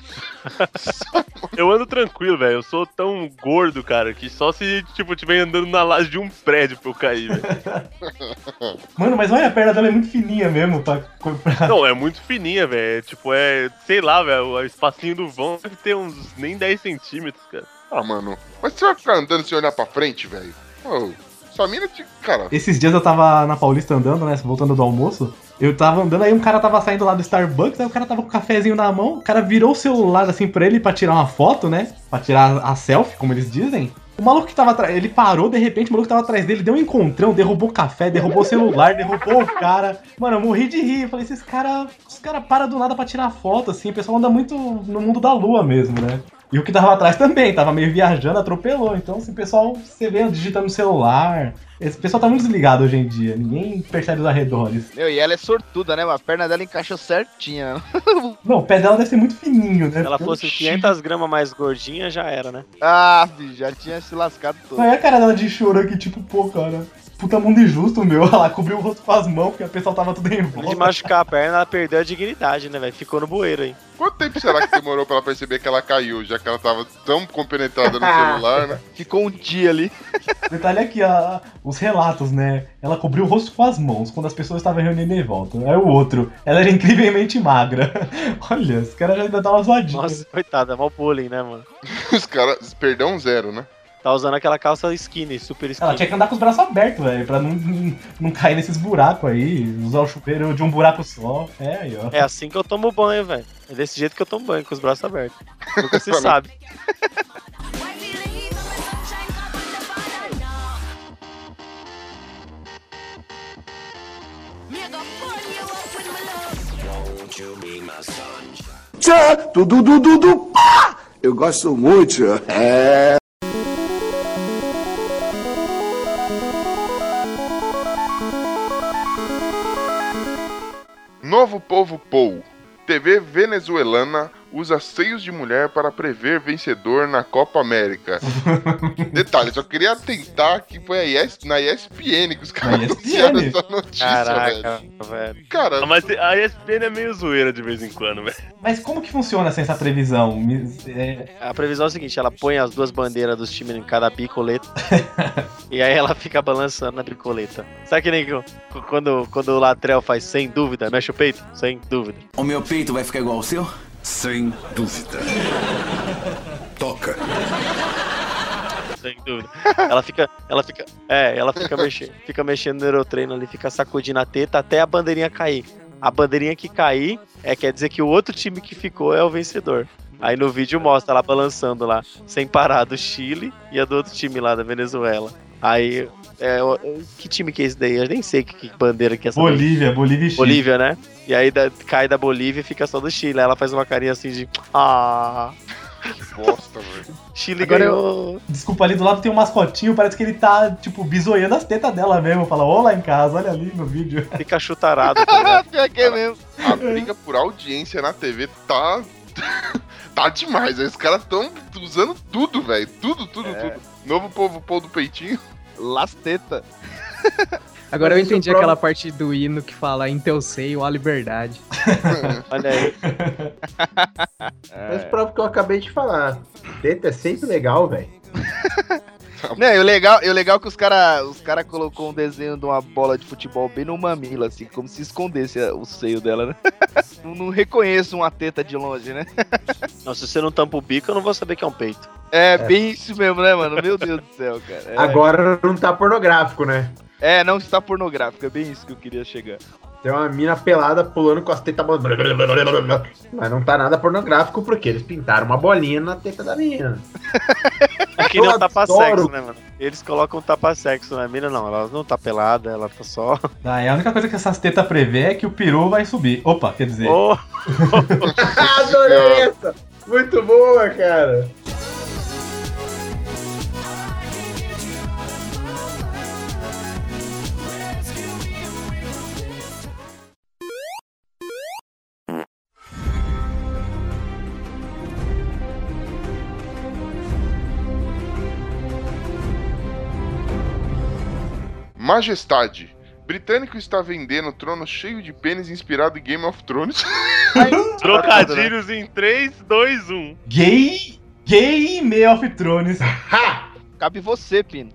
Eu ando tranquilo, velho, eu sou tão gordo, cara, que só se, tipo, tiver andando na laje de um prédio pra eu cair, velho. Mano, mas olha, a perna dela é muito fininha mesmo pra comprar. Não, é muito fininha, velho, tipo, é, sei lá, velho, o espacinho do vão deve ter uns nem 10 centímetros, cara. Ah, mano, mas você vai ficar andando sem olhar pra frente, velho? Ô, sua mina, te... cara, Esses dias eu tava na Paulista andando, né? Voltando do almoço. Eu tava andando, aí um cara tava saindo lá do Starbucks, aí o cara tava com o cafezinho na mão, o cara virou o celular assim pra ele pra tirar uma foto, né? Pra tirar a selfie, como eles dizem. O maluco que tava atrás, ele parou de repente, o maluco que tava atrás dele deu um encontrão, derrubou o café, derrubou o celular, derrubou o cara. Mano, eu morri de rir. Eu falei, esses caras, os caras param do nada pra tirar foto, assim. O pessoal anda muito no mundo da lua mesmo, né? E o que tava atrás também, tava meio viajando, atropelou. Então, se o pessoal, você vê digitando no celular. Esse pessoal tá muito desligado hoje em dia, ninguém percebe os arredores. Meu, e ela é sortuda, né? mano? A perna dela encaixou certinha. Não, o pé dela deve ser muito fininho, né? Se ela fosse 500 gramas mais gordinha, já era, né? Ah, bicho, já tinha se lascado todo. Não é a cara dela de choro aqui, tipo, pô, cara. Puta mundo injusto, meu. Ela cobriu o rosto com as mãos, porque o pessoal tava tudo em Além de volta. machucar a perna, ela perdeu a dignidade, né, velho? Ficou no bueiro aí. quanto tempo será que demorou pra ela perceber que ela caiu, já que ela tava tão compenetrada no celular, né? Ficou um dia ali. Detalhe aqui, a- os relatos, né? Ela cobriu o rosto com as mãos quando as pessoas estavam reunindo em volta. Aí o outro, ela era incrivelmente magra. Olha, os caras já ainda estavam zoadinhos. Nossa, coitada, mó bullying, né, mano? Os caras, perdão zero, né? Tá usando aquela calça skinny, super skinny. Ela tinha que andar com os braços abertos, velho, pra não, não cair nesses buracos aí, usar o chuveiro de um buraco só. É aí, ó. É assim que eu tomo banho, velho. É desse jeito que eu tomo banho, com os braços abertos. Nunca se sabe. é Tchá, du, du, du, du, du, pá! Eu gosto muito. É. Novo Povo Pou. TV venezuelana usa seios de mulher para prever vencedor na Copa América. Detalhe, só queria atentar que foi a ES, na ESPN que os caras anunciaram essa notícia, Caraca, velho. velho. Cara, Ah, Mas a ESPN é meio zoeira de vez em quando, velho. Mas como que funciona assim, essa previsão? Me- é- A previsão é a seguinte, ela põe as duas bandeiras dos times em cada bicoleta e aí ela fica balançando na bicoleta. Sabe que nem que o- quando, quando o Latrel faz sem dúvida, mexe o peito? Sem dúvida. O meu peito vai ficar igual ao seu? Sem dúvida. Toca. Sem dúvida. Ela fica, ela fica, é, ela fica mexendo, fica mexendo no aerotreino ali, fica sacudindo a teta até a bandeirinha cair. A bandeirinha que cair é quer dizer que o outro time que ficou é o vencedor. Aí no vídeo mostra ela balançando lá, sem parar, do Chile e a do outro time lá da Venezuela. Aí, é, o- que time que é esse daí? Eu nem sei que, que bandeira que é essa. daí. Bolívia, Bolívia e Chile. Bolívia, né? E aí da- cai da Bolívia e fica só do Chile. Aí ela faz uma carinha assim de. Ah. Que bosta, velho. Chile Agora ganhou. Desculpa, ali do lado tem um mascotinho, parece que ele tá, tipo, bisoiando as tetas dela mesmo. Fala, ô lá em casa, olha ali no vídeo. Fica chutarado. tá Pior que é mesmo. A briga por audiência na TV tá. tá demais. né? Os caras estão usando tudo, velho. Tudo, tudo, tudo. Novo povo pôr do peitinho. Lasteta. Agora eu Mas isso entendi prova- aquela parte do hino que fala em teu seio a liberdade. Olha aí. Mas prova o que eu acabei de falar. Teta é sempre legal, velho. Tá Não, e o legal, e o legal é que os caras os cara colocou um desenho de uma bola de futebol bem no mamilo, assim, como se escondesse a- o seio dela, né? Não, não reconheço uma teta de longe, né? Não, se você não tampa o bico, eu não vou saber que é um peito. É, bem isso mesmo, né, mano? Meu Deus do céu, cara. É, Agora não tá pornográfico, né? É, não está pornográfico, é bem isso que eu queria chegar. Tem uma mina pelada pulando com as tetas. blá, blá, blá, blá, blá, blá, blá. Mas não tá nada pornográfico porque eles pintaram uma bolinha na teta da menina. É que nem Eu o tapa-sexo, adoro. né, mano? Eles colocam o tapa-sexo na mina, não. Ela não tá pelada, ela tá só. Daí é a única coisa que essas tetas prevê é que o peru vai subir. Opa, quer dizer. Ô, Adorei essa! Muito boa, cara! Majestade. Britânico está vendendo trono cheio de pênis inspirado em Game of Thrones. né? Trocadilhos em 3, 2, 1. Gay. Gay Game of Thrones. Cabe você, Pino.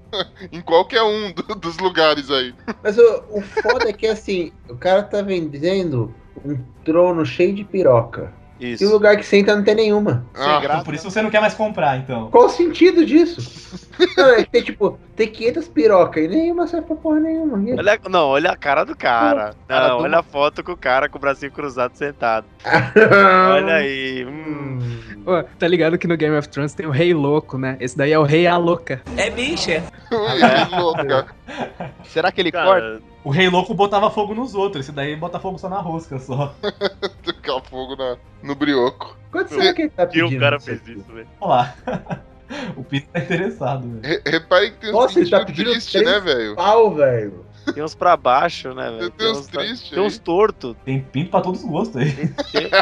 em qualquer um do- dos lugares aí. Mas o, o foda é que assim, o cara tá vendendo um trono cheio de piroca. Isso. E o lugar que senta não tem nenhuma. Ah, então por isso você não quer mais comprar, então. Qual o sentido disso? Não, é que tem tipo, tem 500 pirocas e nenhuma serve pra porra nenhuma. E- é olha, não, olha a cara do cara. Cara Não, do- olha a foto com o cara com o bracinho cruzado sentado. olha aí. hum. Ô, tá ligado que no Game of Thrones tem o Rei Louco, né? Esse daí é o Rei A Louca. É bicha. É. louca. Será que ele corta? O Rei Louco botava fogo nos outros, esse daí bota fogo só na rosca só. Tocar fogo na, no brioco. Quanto será que ele tá E o pedindo um cara isso fez isso, velho. Olha lá. O Pito tá interessado, velho. Re- Reparem que tem uns Nossa, ele tá bichinhos pedindo tristes, três né, velho? pau, velho. Tem uns pra baixo, né, velho? Tem uns tá- tristes Tem aí. uns tortos. Tem pinto pra todos os gostos aí.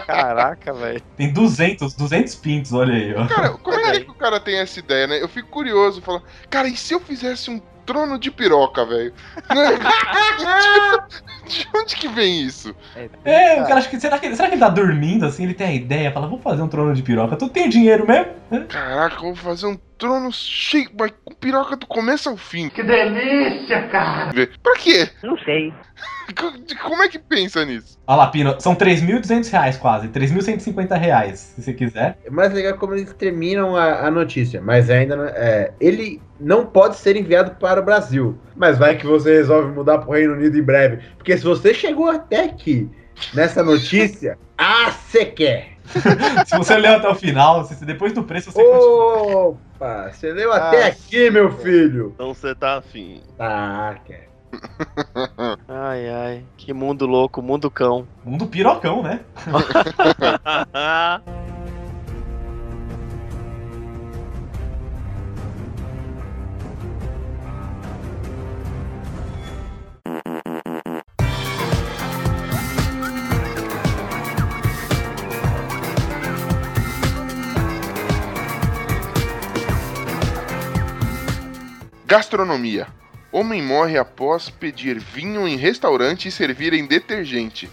Caraca, velho. Tem 200, 200 pintos, olha aí, ó. Cara, como é que o cara tem essa ideia, né? Eu fico curioso, falo, cara, e se eu fizesse um trono de piroca, velho? Né? de onde que vem isso? É, o cara acha que será, que. será que ele tá dormindo assim? Ele tem a ideia, fala, vou fazer um trono de piroca. Tu tem dinheiro mesmo? Caraca, eu vou fazer um trono cheio, mas com piroca do começo ao fim. Que delícia, cara! Pra quê? Não sei. Como é que pensa nisso? Olha lá, Pino, são 3.200 reais quase, 3.150 reais, se você quiser. É mais legal como eles terminam a, a notícia, mas ainda não- é, ele não pode ser enviado para o Brasil. Mas vai que você resolve mudar para o Reino Unido em breve, porque se você chegou até aqui nessa notícia, ah, você quer. Se você leu até o final, se, se depois do preço você Opa, você leu até Ah, aqui, meu filho. Então você tá afim. Tá, quer. Ai, ai, que mundo louco, mundo cão. Mundo pirocão, né? Gastronomia. Homem morre após pedir vinho em restaurante e servir em detergente.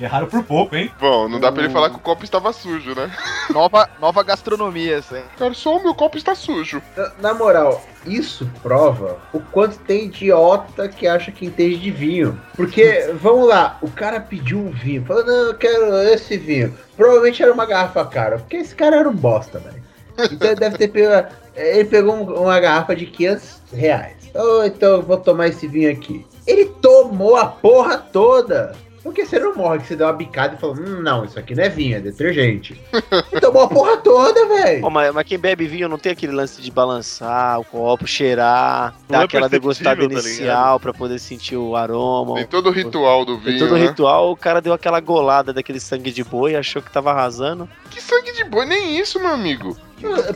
Erraram por pouco, hein? Bom, não dá pra Hum. ele falar que o copo estava sujo, né? Nova, nova gastronomia, assim. Cara, só o meu copo está sujo. Na, na moral, isso prova o quanto tem idiota que acha que entende de vinho. Porque, vamos lá, o cara pediu um vinho, falou, não, eu quero esse vinho. Provavelmente era uma garrafa cara, porque esse cara era um bosta, velho. Então ele deve ter pego, ele pegou um- uma garrafa de 500 reais. Oh, então eu vou tomar esse vinho aqui. Ele tomou a porra toda. Porque você não morre que você deu uma bicada e falou, hum, não, isso aqui não é vinho, é detergente. Ele tomou a porra toda, velho. Pô, mas, mas quem bebe vinho não tem aquele lance de balançar o copo, cheirar, Não dar é aquela perceptível, degustada tá inicial pra poder sentir o aroma. Tem o- todo o ritual do Tem vinho, todo o né? ritual, o cara deu aquela golada daquele sangue de boi, achou que tava arrasando. Que sangue de boi, nem isso, meu amigo.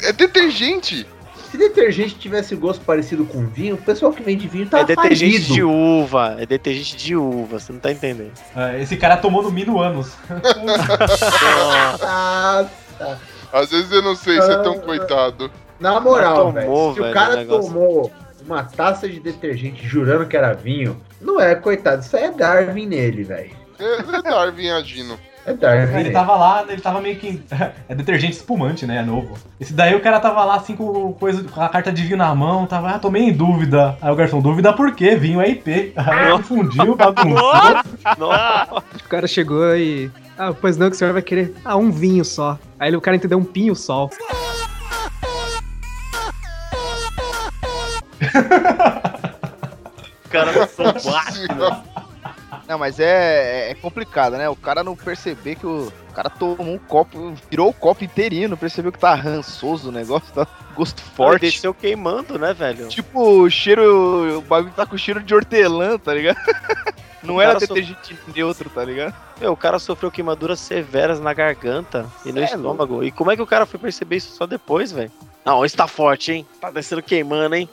É detergente. Se detergente tivesse gosto parecido com vinho, o pessoal que vende vinho tá é detergente falido. de uva, é detergente de uva, você não tá entendendo. Ah, Esse cara tomou no mínimo anos. Ah. Ah, Nossa. Às vezes eu não sei se é tão coitado. Na moral, Tá, Tomou, velho, se velho, o cara o negócio. tomou uma taça de detergente jurando que era vinho, não é, coitado, isso aí é Darwin nele, velho. É, é Darwin agindo. É Darwin. Ele tá- tava lá, ele tava meio que. É detergente espumante, né? É novo. Esse daí o cara tava lá assim com, coisa, com a carta de vinho na mão, tava, ah, tomei em dúvida. Aí o garçom, dúvida por quê? Vinho é IP. Aí confundiu, bagunçou. O cara chegou e. Ah, pois não, que o senhor vai querer. Ah, um vinho só. Aí o cara entendeu um pinho sol. cara Ah, Não, mas é, é complicado, né? O cara não perceber que o, o cara tomou um copo, tirou o copo inteirinho, não percebeu que tá rançoso o negócio, tá com gosto Forte. forte. Desceu queimando, né, velho? Tipo, o cheiro, o bagulho tá com cheiro de hortelã, tá ligado? Não era detergente neutro, tá ligado? Meu, o cara sofreu queimaduras severas na garganta e no Cê é estômago. E como é que o cara foi perceber isso só depois, velho? Não, esse tá forte, hein? Tá descendo queimando, hein?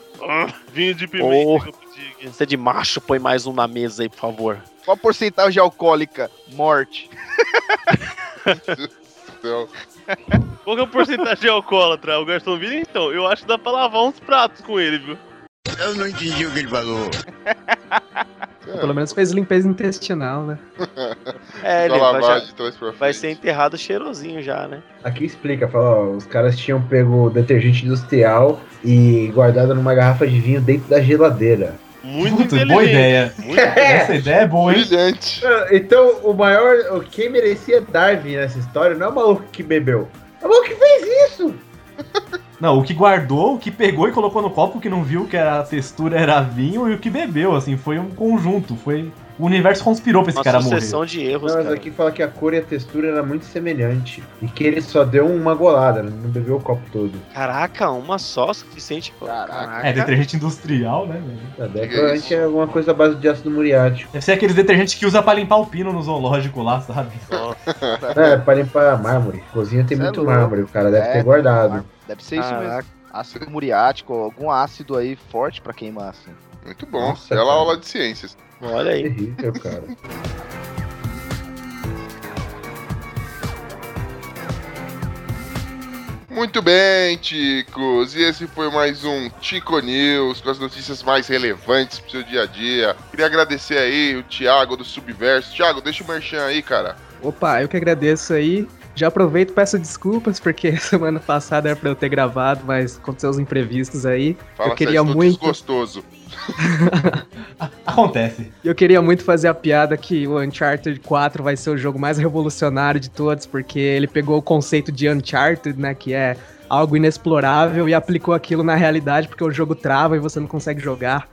Vinho de pimenta. Você é de macho, põe mais um na mesa aí, por favor. Qual a porcentagem alcoólica? Morte. Então. Qual que é o porcentagem de alcoólatra? O Garçom Vini, então, eu acho que dá pra lavar uns pratos com ele, viu? Eu não entendi o que ele falou. É, Pelo menos fez limpeza intestinal, né? É, ele Vai vai, lavar já- de vai ser enterrado cheirosinho já, né? Aqui explica, fala, ó, os caras tinham pego detergente industrial e guardado numa garrafa de vinho dentro da geladeira. Muito Puta, boa ideia. Essa ideia é boa, hein? Brilhante. Então, o maior, o quem merecia Darwin nessa história não é o maluco que bebeu. É o maluco que fez isso. Não, o que guardou, o que pegou e colocou no copo, o que não viu que era- a textura era vinho e o que bebeu, assim, foi um conjunto, foi. O universo conspirou pra esse cara morrer. de erros, Mas aqui fala que a cor e a textura era muito semelhante. E que ele só deu uma golada, né? não bebeu o copo todo. Caraca, uma só é suficiente, pô. né, Caraca. É, detergente industrial, né, velho? Deve, provavelmente é alguma coisa à base de ácido muriático. Deve ser aqueles detergentes que usa pra limpar o pino no zoológico lá, sabe? É, pra limpar mármore. Cozinha tem Cê é muito louco. mármore, o cara deve É, ter guardado. Deve ser isso Caraca. mesmo. Ácido muriático, algum ácido aí forte pra queimar, assim. Muito bom. Bela aula de ciências. Olha aí. Terrível, cara. Muito bem, Ticos. E esse foi mais um Tico News com as notícias mais relevantes pro seu dia a dia. Queria agradecer aí o Thiago do Subverso. Thiago, deixa o merchan aí, cara. Opa, eu que agradeço aí. Já aproveito e peço desculpas, porque semana passada era pra eu ter gravado, mas aconteceu os imprevistos aí. eu queria Sérgio, tô muito. desgostoso. Acontece. Eu queria muito fazer a piada que o Uncharted 4 vai ser o jogo mais revolucionário de todos, porque ele pegou o conceito de Uncharted, né, que é algo inexplorável e aplicou aquilo na realidade, porque o jogo trava e você não consegue jogar.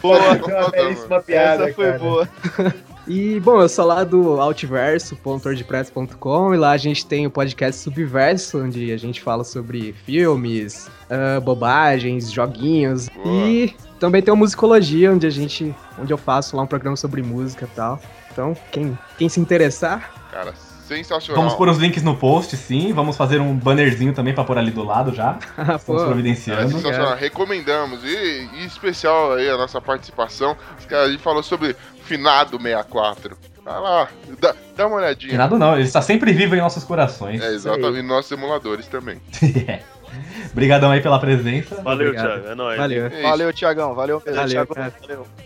Boa, foi uma belíssima piada. Essa foi cara. boa. E, bom, eu sou lá do altiverso.wordpress.com e lá a gente tem o podcast Subverso, onde a gente fala sobre filmes, ah, bobagens, joguinhos. E também tem o Musicologia, onde a gente. onde eu faço lá um programa sobre música e tal. Então, quem, quem se interessar, Cara, sensacional. Vamos pôr os links no post, sim. Vamos fazer um bannerzinho também pra pôr ali do lado já. Ah, Estamos Cara, providenciando. sensacional. É. Recomendamos. E, e especial aí a nossa participação. Cara, a gente falou sobre Finado 64. Vai lá, dá, dá uma olhadinha. E nada não, ele está sempre vivo em nossos corações. É, exatamente. E nossos emuladores também. Obrigadão aí pela presença. Valeu, Obrigado. Thiago. É nóis. Valeu. Valeu, Tiagão. Valeu mesmo, Valeu, Thiago. cara.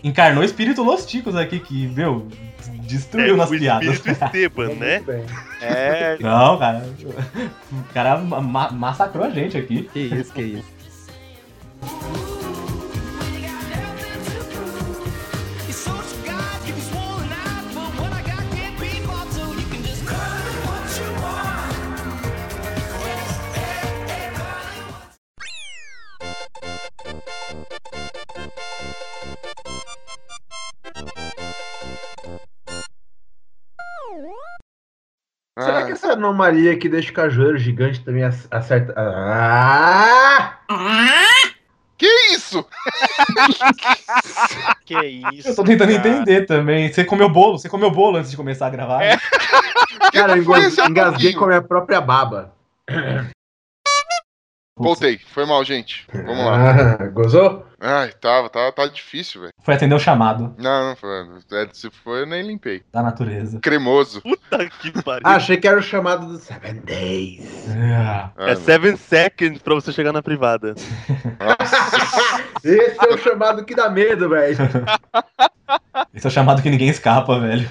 Encarnou o espírito Los Ticos aqui, que, meu, destruiu É, nas o piadas. espírito Tá Esteban, né? É. Não, cara. O cara ma- massacrou a gente aqui. Que isso, que isso. Será Ah. que essa anomalia que deixa o cajueiro gigante também ac- acerta. Ah! Que isso? Que isso? Eu tô Ah. tentando cara. entender também. Você comeu bolo? Você comeu bolo antes de começar a gravar? É. né? Cara, eu foi esse engas- engasguei com a minha própria baba. Voltei. Foi mal, gente. Vamos lá. Ah, gozou? Ai, tava, tava, tava difícil, velho. Foi atender o chamado Não, não foi. é, Se foi, eu nem limpei. da natureza. Cremoso. Puta Tá que pariu. Ah, achei que era o chamado do Seven Days. Ah, É 7 seconds pra você chegar na privada. Esse é o chamado que dá medo, velho. Esse é o chamado que ninguém escapa, velho.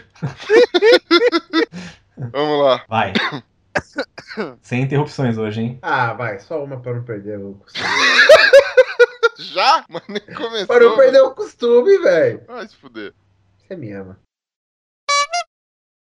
Vamos lá. Vai. Sem interrupções hoje, hein? Ah, vai, só uma pra não perder o costume. Já? Mas nem começou. Pra não perder o costume, velho. Vai se fuder. Você me ama.